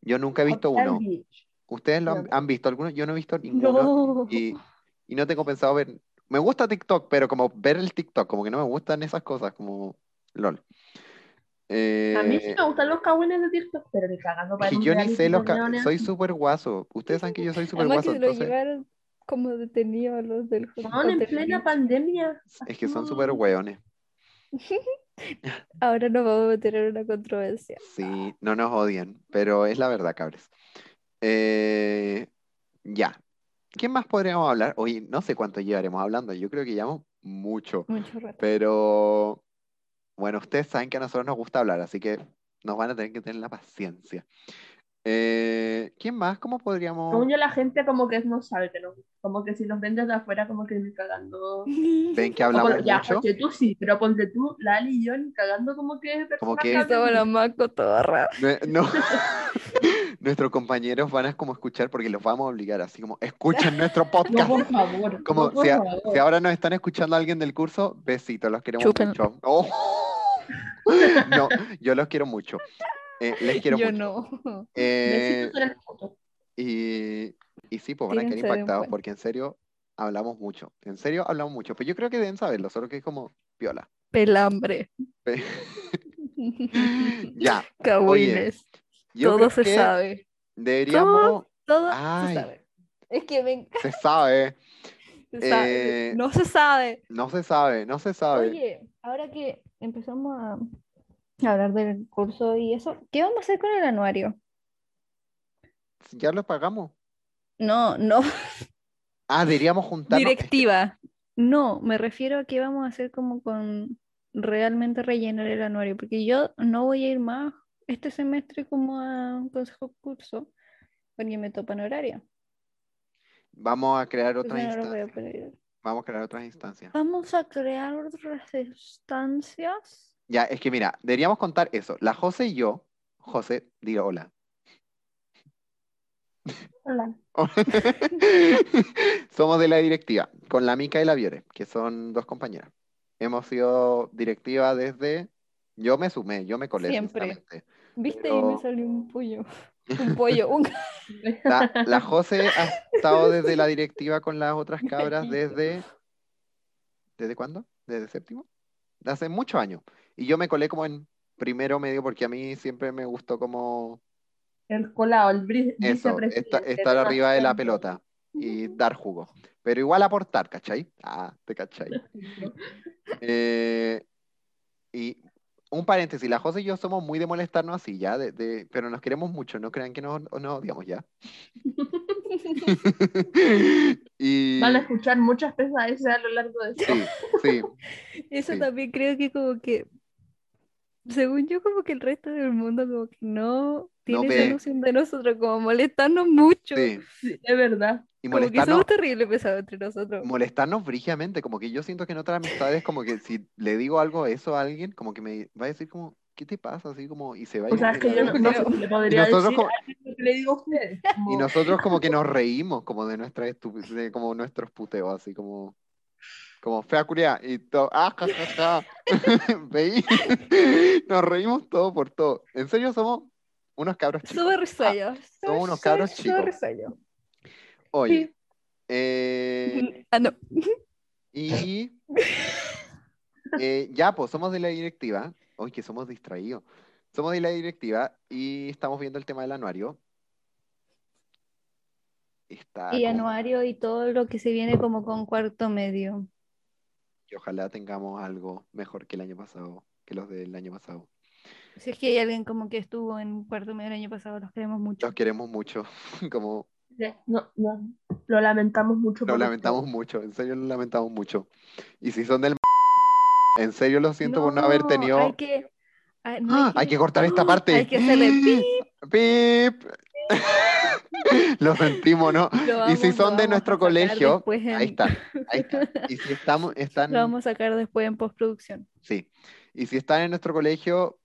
[SPEAKER 1] Yo nunca he visto
[SPEAKER 3] Hotel
[SPEAKER 1] uno.
[SPEAKER 3] Beach.
[SPEAKER 1] ¿Ustedes lo han,
[SPEAKER 3] Yo-
[SPEAKER 1] han visto alguno? Yo no he visto ninguno.
[SPEAKER 2] No.
[SPEAKER 1] Y, y no tengo pensado ver. Me gusta TikTok, pero como ver el TikTok, como que no me gustan esas cosas, como LOL.
[SPEAKER 3] A mí sí
[SPEAKER 1] Eh,
[SPEAKER 3] me gustan los cagüines de TikTok, pero ni cagando para
[SPEAKER 1] que
[SPEAKER 3] un
[SPEAKER 1] yo ni
[SPEAKER 3] reality
[SPEAKER 1] sé los
[SPEAKER 3] de
[SPEAKER 1] ca-
[SPEAKER 3] weones.
[SPEAKER 1] soy súper guaso. Ustedes saben que yo soy súper
[SPEAKER 2] Además
[SPEAKER 1] guaso,
[SPEAKER 2] que lo
[SPEAKER 1] entonces
[SPEAKER 2] llevaron como detenido a los del
[SPEAKER 3] Weón, en
[SPEAKER 2] hotel.
[SPEAKER 3] plena pandemia.
[SPEAKER 1] es que son
[SPEAKER 3] No.
[SPEAKER 1] súper hueones.
[SPEAKER 2] Ahora nos vamos a tener una controversia.
[SPEAKER 1] Sí, no nos odian, pero es la verdad, cabres. Eh, ya. ¿Qué más podríamos hablar? Oye, no sé cuánto llevaremos hablando. Yo creo que llevamos mucho,
[SPEAKER 2] Mucho rato.
[SPEAKER 1] pero bueno, ustedes saben que a nosotros nos gusta hablar, así que nos van a tener que tener la paciencia. Eh, ¿quién más? ¿Cómo podríamos?
[SPEAKER 3] Según yo, la gente como que no sabe que no. Como que si los ven desde afuera, como que ni cagando.
[SPEAKER 1] Ven que
[SPEAKER 3] O
[SPEAKER 1] hablamos
[SPEAKER 3] por- ya,
[SPEAKER 1] mucho.
[SPEAKER 3] ponte tú sí, pero ponte tú, Lali y yo ni cagando como que es
[SPEAKER 1] Como
[SPEAKER 3] persona
[SPEAKER 1] que-
[SPEAKER 3] cagando.
[SPEAKER 2] Estaba la más cotorra.
[SPEAKER 1] Nue- no- Nuestros compañeros van a como escuchar porque los vamos a obligar, así como escuchen nuestro
[SPEAKER 3] No,
[SPEAKER 1] podcast.
[SPEAKER 3] por favor.
[SPEAKER 1] Como
[SPEAKER 3] no, por
[SPEAKER 1] si, a-
[SPEAKER 3] favor.
[SPEAKER 1] si ahora nos están escuchando alguien del curso, besitos, los queremos
[SPEAKER 2] Chúpenlo.
[SPEAKER 1] mucho. Oh. No, yo los quiero mucho. Eh, les quiero
[SPEAKER 2] Yo
[SPEAKER 1] mucho.
[SPEAKER 2] no.
[SPEAKER 1] Eh,
[SPEAKER 3] Besitos en el foto.
[SPEAKER 1] y, y sí, pues van a quedar
[SPEAKER 2] Tírense de un
[SPEAKER 1] impactados
[SPEAKER 2] puente.
[SPEAKER 1] porque en serio hablamos mucho. En serio hablamos mucho. Pues yo creo que deben saberlo, solo que es como piola.
[SPEAKER 2] Pelambre.
[SPEAKER 1] Pe- Ya,
[SPEAKER 2] Cagüines.
[SPEAKER 1] yo
[SPEAKER 2] Todo
[SPEAKER 1] creo
[SPEAKER 2] se
[SPEAKER 1] que
[SPEAKER 2] sabe.
[SPEAKER 1] deberíamos.
[SPEAKER 2] Todo
[SPEAKER 1] Ay.
[SPEAKER 2] se sabe. Es que ven,
[SPEAKER 1] Se sabe,
[SPEAKER 2] se sabe.
[SPEAKER 1] Eh,
[SPEAKER 2] no se sabe.
[SPEAKER 1] no se sabe, no se sabe.
[SPEAKER 2] Oye, ahora que empezamos a a hablar del curso y eso, ¿qué vamos a hacer con el anuario?
[SPEAKER 1] Ya lo pagamos.
[SPEAKER 2] No, no,
[SPEAKER 1] Ah, deberíamos juntarnos.
[SPEAKER 2] directiva. No, me refiero a qué vamos a hacer como con realmente rellenar el anuario, porque yo no voy a ir más este semestre como a un consejo curso, porque me topan horario.
[SPEAKER 1] Vamos a crear
[SPEAKER 2] Entonces
[SPEAKER 1] otras
[SPEAKER 2] no lo voy a
[SPEAKER 1] instancias.
[SPEAKER 2] poder ir.
[SPEAKER 1] Vamos a crear otras instancias.
[SPEAKER 2] Vamos a crear otras instancias.
[SPEAKER 1] Ya, es que mira, deberíamos contar eso. La José y yo, José, diga hola.
[SPEAKER 3] Hola.
[SPEAKER 1] Somos de la directiva, con la Mica y la Viore, que son dos compañeras. Hemos sido directiva desde. Yo me sumé, yo me colé.
[SPEAKER 2] Siempre.
[SPEAKER 1] sinceramente.
[SPEAKER 2] ¿Viste? Y
[SPEAKER 1] Pero-
[SPEAKER 2] me salió un pollo. Un pollo, un
[SPEAKER 1] La, la José ha estado desde la directiva con las otras cabras
[SPEAKER 2] Gallito.
[SPEAKER 1] desde. ¿Desde cuándo? ¿Desde séptimo? De hace muchos años. Y yo me colé como en primero medio porque a mí siempre me gustó como
[SPEAKER 3] El colado, el bri-
[SPEAKER 1] eso, esta-
[SPEAKER 3] vicepresidente,
[SPEAKER 1] estar
[SPEAKER 3] ¿no?
[SPEAKER 1] arriba de la pelota y dar jugo. Pero igual aportar, ¿cachai? Ah, te cachai. Eh, y un paréntesis, la José y yo somos muy de molestarnos así, ya, de, de- pero nos queremos mucho, no crean que nos, nos odiamos ya. y,
[SPEAKER 3] Van a escuchar muchas pesadillas a lo largo de este esto.
[SPEAKER 1] sí, sí,
[SPEAKER 2] Eso
[SPEAKER 1] Sí.
[SPEAKER 2] también creo que como que, según yo, como que el resto del mundo como que no tiene
[SPEAKER 1] ve.
[SPEAKER 2] esa noción de nosotros, como molestarnos mucho,
[SPEAKER 1] sí.
[SPEAKER 3] Sí, de verdad.
[SPEAKER 1] Y
[SPEAKER 2] como que somos
[SPEAKER 1] molestarnos,
[SPEAKER 2] terrible pesados entre nosotros.
[SPEAKER 1] molestarnos brígidamente, como que yo siento que en otras amistades, como que si le digo algo a eso a alguien, como que me va a decir como, ¿qué te pasa? Así como, y se va a
[SPEAKER 3] O
[SPEAKER 1] ir
[SPEAKER 3] sea, es que yo no,
[SPEAKER 2] No,
[SPEAKER 3] no sé si le podría
[SPEAKER 1] y nosotros
[SPEAKER 3] decir
[SPEAKER 1] como-
[SPEAKER 3] a alguien lo que le digo a ustedes.
[SPEAKER 1] Y
[SPEAKER 3] Como,
[SPEAKER 1] nosotros como que nos reímos como de nuestra estu- de como nuestros puteos, así como como fea culia y todo, ah, ja, ja, ja. ¿Veí? Nos reímos todo por todo. En serio somos unos cabros chicos. Ah,
[SPEAKER 2] Somos risueños,
[SPEAKER 1] somos unos cabros
[SPEAKER 2] somos
[SPEAKER 1] chicos.
[SPEAKER 2] risueños.
[SPEAKER 1] Oye, eh,
[SPEAKER 2] Ah, no.
[SPEAKER 1] y eh, ya pues somos de la directiva, hoy que somos distraídos. Somos de la directiva y estamos viendo el tema del anuario. Está
[SPEAKER 2] Y
[SPEAKER 1] ah, como-
[SPEAKER 2] anuario y todo lo que se viene como con cuarto medio.
[SPEAKER 1] que ojalá tengamos algo mejor que el año pasado, que los del año pasado.
[SPEAKER 2] Si es que hay alguien como que estuvo en cuarto medio el año pasado, los queremos mucho.
[SPEAKER 1] Los queremos mucho, como
[SPEAKER 3] no, no, lo lamentamos mucho.
[SPEAKER 1] lo
[SPEAKER 3] por
[SPEAKER 1] lamentamos
[SPEAKER 3] ustedes.
[SPEAKER 1] mucho, en serio lo lamentamos mucho. Y si son del en serio lo siento por no
[SPEAKER 2] No,
[SPEAKER 1] haber tenido
[SPEAKER 2] hay que, Ah, no
[SPEAKER 1] ¡Ah! Hay que cortar esta parte.
[SPEAKER 2] Hay que hacerle pip.
[SPEAKER 1] ¡Pip! Lo sentimos, ¿no?
[SPEAKER 2] Lo
[SPEAKER 1] Y si
[SPEAKER 2] vamos- lo
[SPEAKER 1] son de
[SPEAKER 2] vamos
[SPEAKER 1] nuestro
[SPEAKER 2] a sacar
[SPEAKER 1] colegio,
[SPEAKER 2] después en-
[SPEAKER 1] ahí está, ahí está. Y si estamos, están,
[SPEAKER 2] Lo vamos a sacar después en postproducción.
[SPEAKER 1] sí. Y si están en nuestro colegio,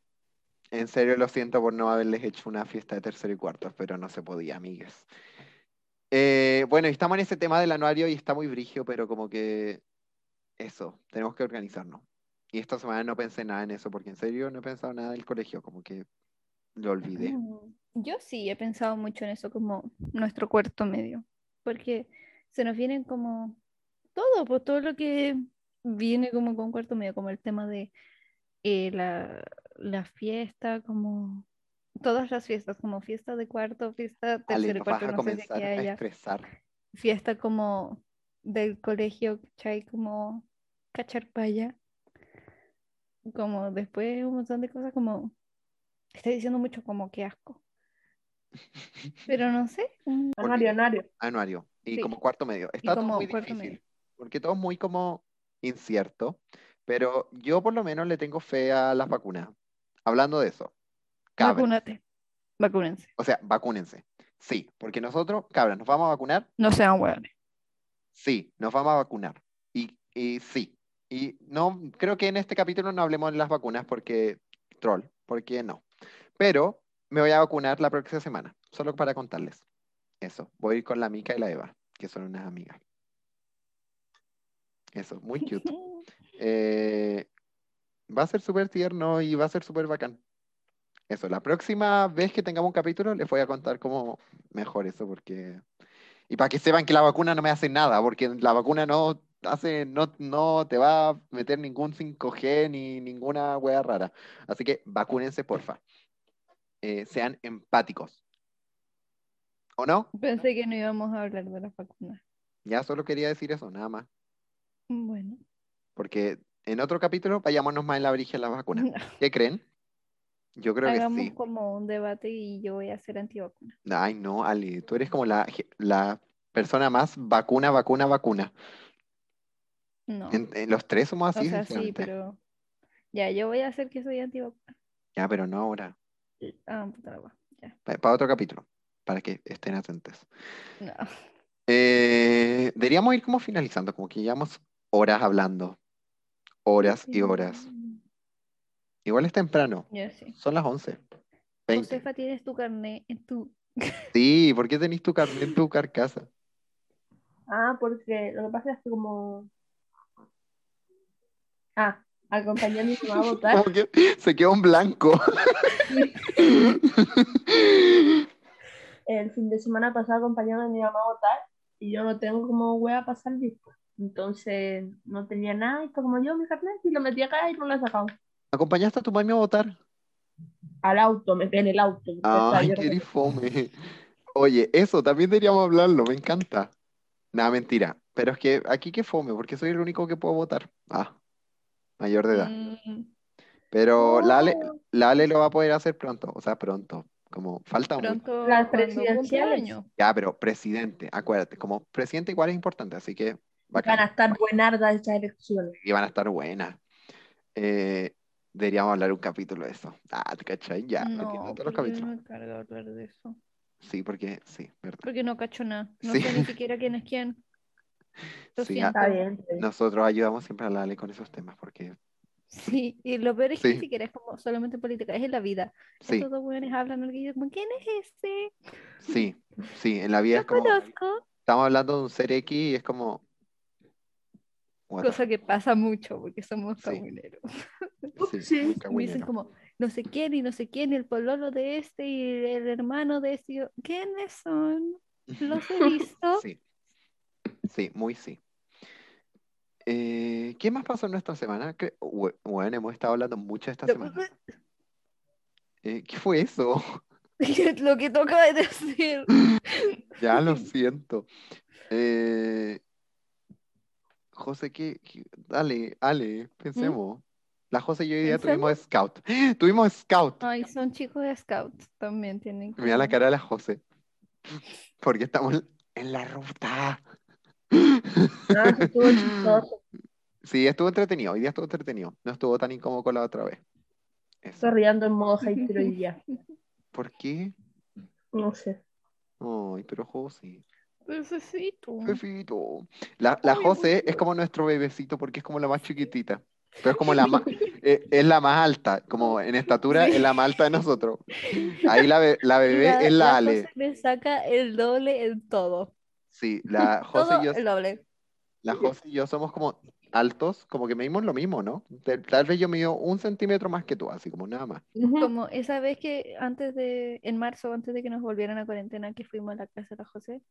[SPEAKER 1] en serio lo siento por no haberles hecho una fiesta de tercero y cuarto, pero no se podía, amigues. Eh, bueno, y estamos en ese tema del anuario y está muy brigio, pero como que eso, tenemos que organizarnos. Y esta semana no pensé nada en eso, porque en serio no he pensado nada del colegio, como que lo olvidé.
[SPEAKER 2] Mm, Yo sí he pensado mucho en eso como nuestro cuarto medio, porque se nos vienen como todo, pues todo lo que viene como con cuarto medio, como el tema de eh, la, la fiesta, como todas las fiestas, como fiesta de cuarto, fiesta
[SPEAKER 1] Ale,
[SPEAKER 2] tercero y
[SPEAKER 1] nos
[SPEAKER 2] cuarto,
[SPEAKER 1] vas a
[SPEAKER 2] no sé si
[SPEAKER 1] comenzar
[SPEAKER 2] aquí
[SPEAKER 1] a
[SPEAKER 2] haya
[SPEAKER 1] estresar.
[SPEAKER 2] fiesta como del colegio, ¿cachai? Como cacharpaya. Como después un montón de cosas como... Estoy diciendo mucho como que asco. Pero no sé. mm,
[SPEAKER 1] Porque-
[SPEAKER 3] Anuario, anuario.
[SPEAKER 1] anuario y
[SPEAKER 2] Sí.
[SPEAKER 1] como cuarto medio. Está todo
[SPEAKER 2] como
[SPEAKER 1] muy
[SPEAKER 2] cuarto
[SPEAKER 1] difícil,
[SPEAKER 2] medio.
[SPEAKER 1] porque todo es muy como incierto, pero yo por lo menos le tengo fe a las vacunas. Hablando de eso, cabras,
[SPEAKER 2] Vacúnate. Vacúnense.
[SPEAKER 1] o sea, vacúnense. Sí, porque nosotros, cabras, nos vamos a vacunar,
[SPEAKER 2] No sean hueones.
[SPEAKER 1] sí, nos vamos a vacunar. Y, y sí, y no, creo que en este capítulo no hablemos de las vacunas porque, troll, porque no. Pero me voy a vacunar la próxima semana, solo para contarles. Eso, voy a ir con la Mica y la Eva, que son unas amigas. Eso, muy cute. Eh, va a ser súper tierno y va a ser súper bacán. Eso, la próxima vez que tengamos un capítulo les voy a contar cómo mejor eso, porque... Y para que sepan que la vacuna no me hace nada, porque la vacuna no hace, no, no te va a meter ningún 5G ni ninguna wea rara. Así que vacúnense, porfa. Eh, sean empáticos. ¿O no?
[SPEAKER 2] Pensé que no íbamos a hablar de las vacunas.
[SPEAKER 1] Ya solo quería decir eso, nada más.
[SPEAKER 2] Bueno.
[SPEAKER 1] Porque en otro capítulo vayámonos más en la origen de las vacunas. ¿Qué creen? Yo creo
[SPEAKER 2] Hagamos
[SPEAKER 1] que sí.
[SPEAKER 2] como un debate y yo voy a ser antivacuna.
[SPEAKER 1] Ay, no, Ale, tú eres como la, je- la persona más vacuna, vacuna, vacuna.
[SPEAKER 2] No.
[SPEAKER 1] En- ah, en los tres somos
[SPEAKER 2] o
[SPEAKER 1] así,
[SPEAKER 2] sea, sí,
[SPEAKER 1] sinceramente.
[SPEAKER 2] pero... Ya, yo voy a hacer que soy antivacuna.
[SPEAKER 1] Ya, pero no ahora.
[SPEAKER 2] Ah, puta la wea. Ya.
[SPEAKER 1] Para otro capítulo, para que estén atentos.
[SPEAKER 2] No.
[SPEAKER 1] Eh, deberíamos ir como finalizando, como que llevamos horas hablando. Horas y horas. Igual es temprano,
[SPEAKER 2] Ya sí.
[SPEAKER 1] son las 11. 20.
[SPEAKER 2] Josefa, tienes tu carnet en tu.
[SPEAKER 1] Sí, ¿por qué tenés tu carnet en tu carcasa?
[SPEAKER 3] Ah, porque lo que pasa es que como... Ah, acompañé a mi mamá a votar.
[SPEAKER 1] Como que se quedó en blanco.
[SPEAKER 3] El fin de semana pasado acompañando a mi mamá a votar y yo no tengo como hueá pasar disco. Entonces no tenía nada y fue como yo mi carnet y lo metí acá y no lo he sacado.
[SPEAKER 1] ¿Acompañaste a tu mami a votar?
[SPEAKER 3] Al auto, me quedé en el auto. Estaba
[SPEAKER 1] Ay,
[SPEAKER 3] yo
[SPEAKER 1] qué
[SPEAKER 3] como-
[SPEAKER 1] difome. Oye, eso también deberíamos hablarlo, me encanta. Nada, mentira. Pero es que aquí que fome, porque soy el único que puedo votar. Ah, mayor de edad.
[SPEAKER 2] Mm,
[SPEAKER 1] Pero la Ale,
[SPEAKER 3] No.
[SPEAKER 1] la Ale lo va a poder hacer pronto, o sea, pronto. Como falta mucho.
[SPEAKER 2] pronto.
[SPEAKER 3] Las
[SPEAKER 2] cuando cumpla
[SPEAKER 3] presidenciales.
[SPEAKER 2] años.
[SPEAKER 1] Ya, pero presidente, acuérdate, como presidente igual es importante, así que bacán.
[SPEAKER 3] Van a estar buenardas esas elecciones.
[SPEAKER 1] Y van a estar buenas. Eh, deberíamos hablar un capítulo de eso. Ah, ¿te cachai? Ya, metiendo
[SPEAKER 2] No,
[SPEAKER 1] todos los
[SPEAKER 2] porque yo
[SPEAKER 1] capítulos.
[SPEAKER 2] no me cargo hablar de eso.
[SPEAKER 1] Sí, porque sí, verdad.
[SPEAKER 2] Porque no cacho nada. No
[SPEAKER 1] Sí.
[SPEAKER 2] sé ni siquiera quién es quién. Lo
[SPEAKER 1] Sí, ah,
[SPEAKER 2] siento.
[SPEAKER 3] Está bien. pues.
[SPEAKER 1] Nosotros ayudamos siempre a la Ale con esos temas, porque
[SPEAKER 2] Sí, y lo peor es que
[SPEAKER 1] Sí.
[SPEAKER 2] ni siquiera es como solamente política, es en la vida.
[SPEAKER 1] sí,
[SPEAKER 2] Estos dos jóvenes hablan algo y yo como, ¿quién es ese?
[SPEAKER 1] sí, sí, en la vida
[SPEAKER 2] Lo
[SPEAKER 1] es como,
[SPEAKER 2] conozco.
[SPEAKER 1] estamos hablando de un ser X y es como... what the
[SPEAKER 2] Cosa que pasa mucho porque somos
[SPEAKER 1] Sí.
[SPEAKER 2] cagüineros.
[SPEAKER 1] fuck, sí,
[SPEAKER 3] Sí.
[SPEAKER 1] muy
[SPEAKER 2] Me dicen
[SPEAKER 1] cagüinero.
[SPEAKER 2] como, no sé quién y no sé quién, y el pololo de este y el hermano de este. y yo, ¿Quiénes son? Los he visto.
[SPEAKER 1] Sí, sí, muy sí. Eh, ¿qué más pasó en nuestra semana? Cre- we- Bueno, hemos estado hablando mucho esta
[SPEAKER 2] Lo,
[SPEAKER 1] semana. Eh, ¿qué fue eso?
[SPEAKER 2] lo que toca de decir.
[SPEAKER 1] Ya lo siento. Eh, José, ¿qué, qué- Dale, Ale, pensemos. La José y yo hoy día tuvimos scout. Tuvimos scout.
[SPEAKER 2] Ay, son chicos de scout también tienen.
[SPEAKER 1] Mira la
[SPEAKER 2] como-
[SPEAKER 1] cara de la José. Porque estamos en la ruta.
[SPEAKER 3] Ah, sí, estuvo chistoso.
[SPEAKER 1] Sí, estuvo entretenido. Hoy día estuvo entretenido. No estuvo tan incómodo con la otra vez. Eso.
[SPEAKER 3] Sorriando en modo Haikyuu y ya.
[SPEAKER 1] ¿Por qué?
[SPEAKER 3] No sé.
[SPEAKER 1] Ay, pero José.
[SPEAKER 2] Necesito.
[SPEAKER 1] Pues, Bebito. La, la José es como nuestro bebecito porque es como la más chiquitita. Pero es como la más, eh, es la más alta, como en estatura es la más alta de nosotros. Ahí la, be- la bebé es la, Ale.
[SPEAKER 2] Me saca el doble en todo.
[SPEAKER 1] Sí, la José,
[SPEAKER 2] todo
[SPEAKER 1] y yo,
[SPEAKER 2] el doble.
[SPEAKER 1] la José y yo somos como altos, como que medimos lo mismo, ¿no? Te- Tal vez yo mido un centímetro más que tú, así como nada más.
[SPEAKER 3] Ujú.
[SPEAKER 2] Como esa vez que antes de, en marzo, antes de que nos volvieran a cuarentena, que fuimos a la casa de la José,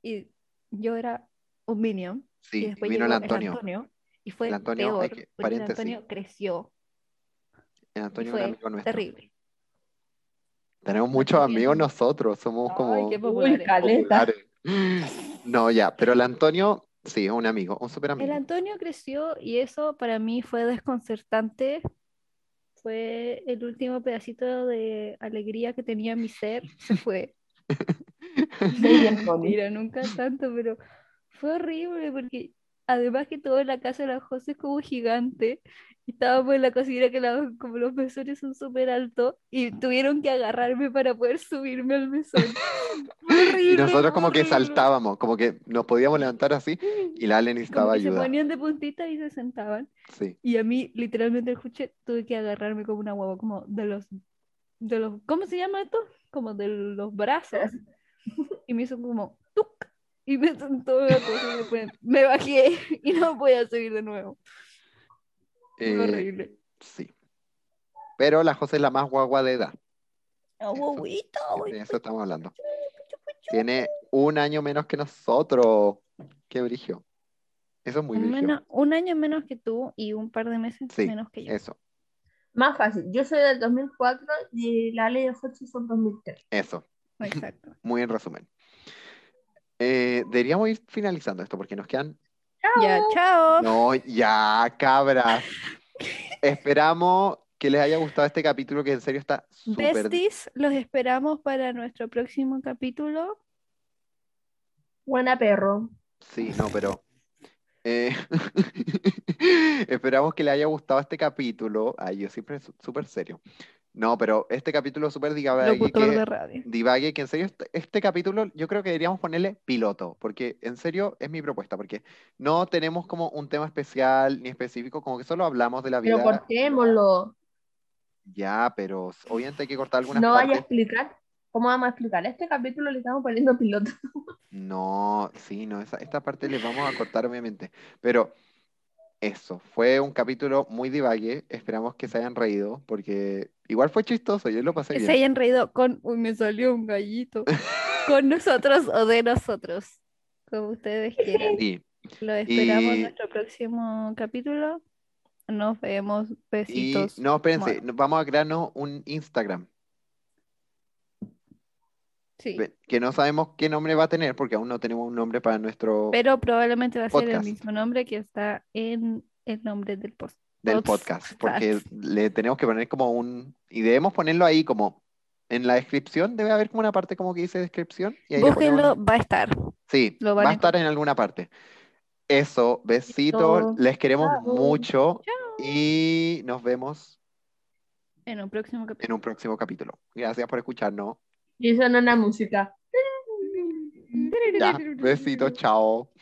[SPEAKER 2] y yo era un minion, y
[SPEAKER 1] Sí,
[SPEAKER 2] después
[SPEAKER 1] vino el
[SPEAKER 2] llegó
[SPEAKER 1] Antonio.
[SPEAKER 2] y fue
[SPEAKER 1] El Antonio, hay que-
[SPEAKER 2] peor, porque el
[SPEAKER 1] paréntesis.
[SPEAKER 2] Antonio creció,
[SPEAKER 1] El Antonio
[SPEAKER 2] fue
[SPEAKER 1] es un amigo nuestro.
[SPEAKER 2] terrible.
[SPEAKER 1] Tenemos muchos
[SPEAKER 2] Antonio.
[SPEAKER 1] amigos nosotros, somos
[SPEAKER 2] Ay,
[SPEAKER 1] como
[SPEAKER 2] qué
[SPEAKER 3] Uy,
[SPEAKER 2] populares.
[SPEAKER 3] caleta.
[SPEAKER 1] populares. No, ya, pero el Antonio, sí, es un amigo, un super
[SPEAKER 2] El
[SPEAKER 1] amigo.
[SPEAKER 2] Antonio creció y eso para mí fue desconcertante. Fue el último pedacito de alegría que tenía mi ser. Se fue.
[SPEAKER 3] Muy bien, Connie.
[SPEAKER 2] Mira, nunca tanto, pero fue horrible porque además que todo en la casa de la José es como gigante. y Estábamos en la cocina que la- como los mesones son súper altos y tuvieron que agarrarme para poder subirme al mesón.
[SPEAKER 1] Y
[SPEAKER 2] Horrible,
[SPEAKER 1] nosotros como que
[SPEAKER 2] horrible.
[SPEAKER 1] saltábamos, como que nos podíamos levantar así y la Ale
[SPEAKER 2] Como
[SPEAKER 1] necesitaba
[SPEAKER 2] que se
[SPEAKER 1] ayuda.
[SPEAKER 2] ponían de puntita y se sentaban.
[SPEAKER 1] Sí.
[SPEAKER 2] Y a mí, literalmente, el juche tuve que agarrarme como una huevo, como de los, de los, ¿cómo se llama esto? Como de los brazos. Y me hizo como, ¡tuc! Y me sentó en la cosa y después me bajé y no podía subir de nuevo. Fue
[SPEAKER 1] Eh,
[SPEAKER 2] horrible.
[SPEAKER 1] sí. Pero la José es la más guagua de edad,
[SPEAKER 2] ¡Ah, huevito!
[SPEAKER 1] de eso estamos hablando. Tiene un año menos que nosotros. Qué brigio. Eso es muy
[SPEAKER 2] Un,
[SPEAKER 1] brigio.
[SPEAKER 2] menos- un año menos que tú y un par de meses
[SPEAKER 1] Sí,
[SPEAKER 2] menos que yo.
[SPEAKER 1] Eso,
[SPEAKER 3] Más fácil. Yo soy del 2004 y la ley de Hochi son 2003.
[SPEAKER 1] eso.
[SPEAKER 2] Exacto.
[SPEAKER 1] Muy en resumen. Eh, deberíamos ir finalizando esto porque nos quedan
[SPEAKER 2] Ya, chao.
[SPEAKER 1] No, ya, cabras. Esperamos que les haya gustado este capítulo que en serio está súper...
[SPEAKER 2] Besties, los esperamos para nuestro próximo capítulo.
[SPEAKER 3] Buena perro.
[SPEAKER 1] Sí, no, pero... eh, Esperamos que les haya gustado este capítulo. Ay, yo siempre su- súper serio. No, pero este capítulo súper divague
[SPEAKER 2] Locutor de
[SPEAKER 1] que,
[SPEAKER 2] radio.
[SPEAKER 1] divague, que en serio este, este capítulo yo creo que deberíamos ponerle piloto, porque en serio es mi propuesta, porque no tenemos como un tema especial ni específico, como que solo hablamos de la vida.
[SPEAKER 3] Pero cortémoslo.
[SPEAKER 1] Ya, pero s- obviamente hay que cortar algunas
[SPEAKER 3] No vaya a
[SPEAKER 1] partes.
[SPEAKER 3] explicar. ¿Cómo vamos a explicar? Este capítulo le estamos poniendo piloto.
[SPEAKER 1] No, sí, no, esa, esta parte les vamos a cortar obviamente. Pero eso, fue un capítulo muy divague. Esperamos que se hayan reído, porque igual fue chistoso, yo lo pasé
[SPEAKER 2] Que
[SPEAKER 1] bien.
[SPEAKER 2] se hayan reído con. Uy, me salió un gallito. con nosotros o de nosotros. Como ustedes quieran.
[SPEAKER 1] Sí.
[SPEAKER 2] Lo esperamos
[SPEAKER 1] Y-
[SPEAKER 2] en nuestro próximo capítulo. Nos vemos.
[SPEAKER 1] Y
[SPEAKER 2] Besitos.
[SPEAKER 1] no, espérense,
[SPEAKER 2] Bueno.
[SPEAKER 1] no- vamos a crearnos un Instagram,
[SPEAKER 2] Sí.
[SPEAKER 1] ve- que no sabemos qué nombre va a tener, porque aún no tenemos un nombre para nuestro
[SPEAKER 2] Pero probablemente va a ser el
[SPEAKER 1] podcast.
[SPEAKER 2] mismo nombre que está en el nombre del post.
[SPEAKER 1] del
[SPEAKER 2] Pods-
[SPEAKER 1] podcast, porque
[SPEAKER 2] Pods.
[SPEAKER 1] le tenemos que poner como un, y debemos ponerlo ahí como en la descripción, debe haber como una parte como que dice descripción. Y ahí le ponemos
[SPEAKER 2] Búsquenlo, va a estar.
[SPEAKER 1] Sí,
[SPEAKER 2] Lo van
[SPEAKER 1] va
[SPEAKER 2] a
[SPEAKER 1] a estar en alguna parte. Eso,
[SPEAKER 3] Eso.
[SPEAKER 1] besitos, les queremos
[SPEAKER 3] Chao.
[SPEAKER 1] mucho y nos vemos
[SPEAKER 2] En un próximo
[SPEAKER 1] en un próximo capítulo. Gracias por escucharnos.
[SPEAKER 3] Y eso no es una música.
[SPEAKER 2] capítulo.
[SPEAKER 1] Ya, besitos, chao.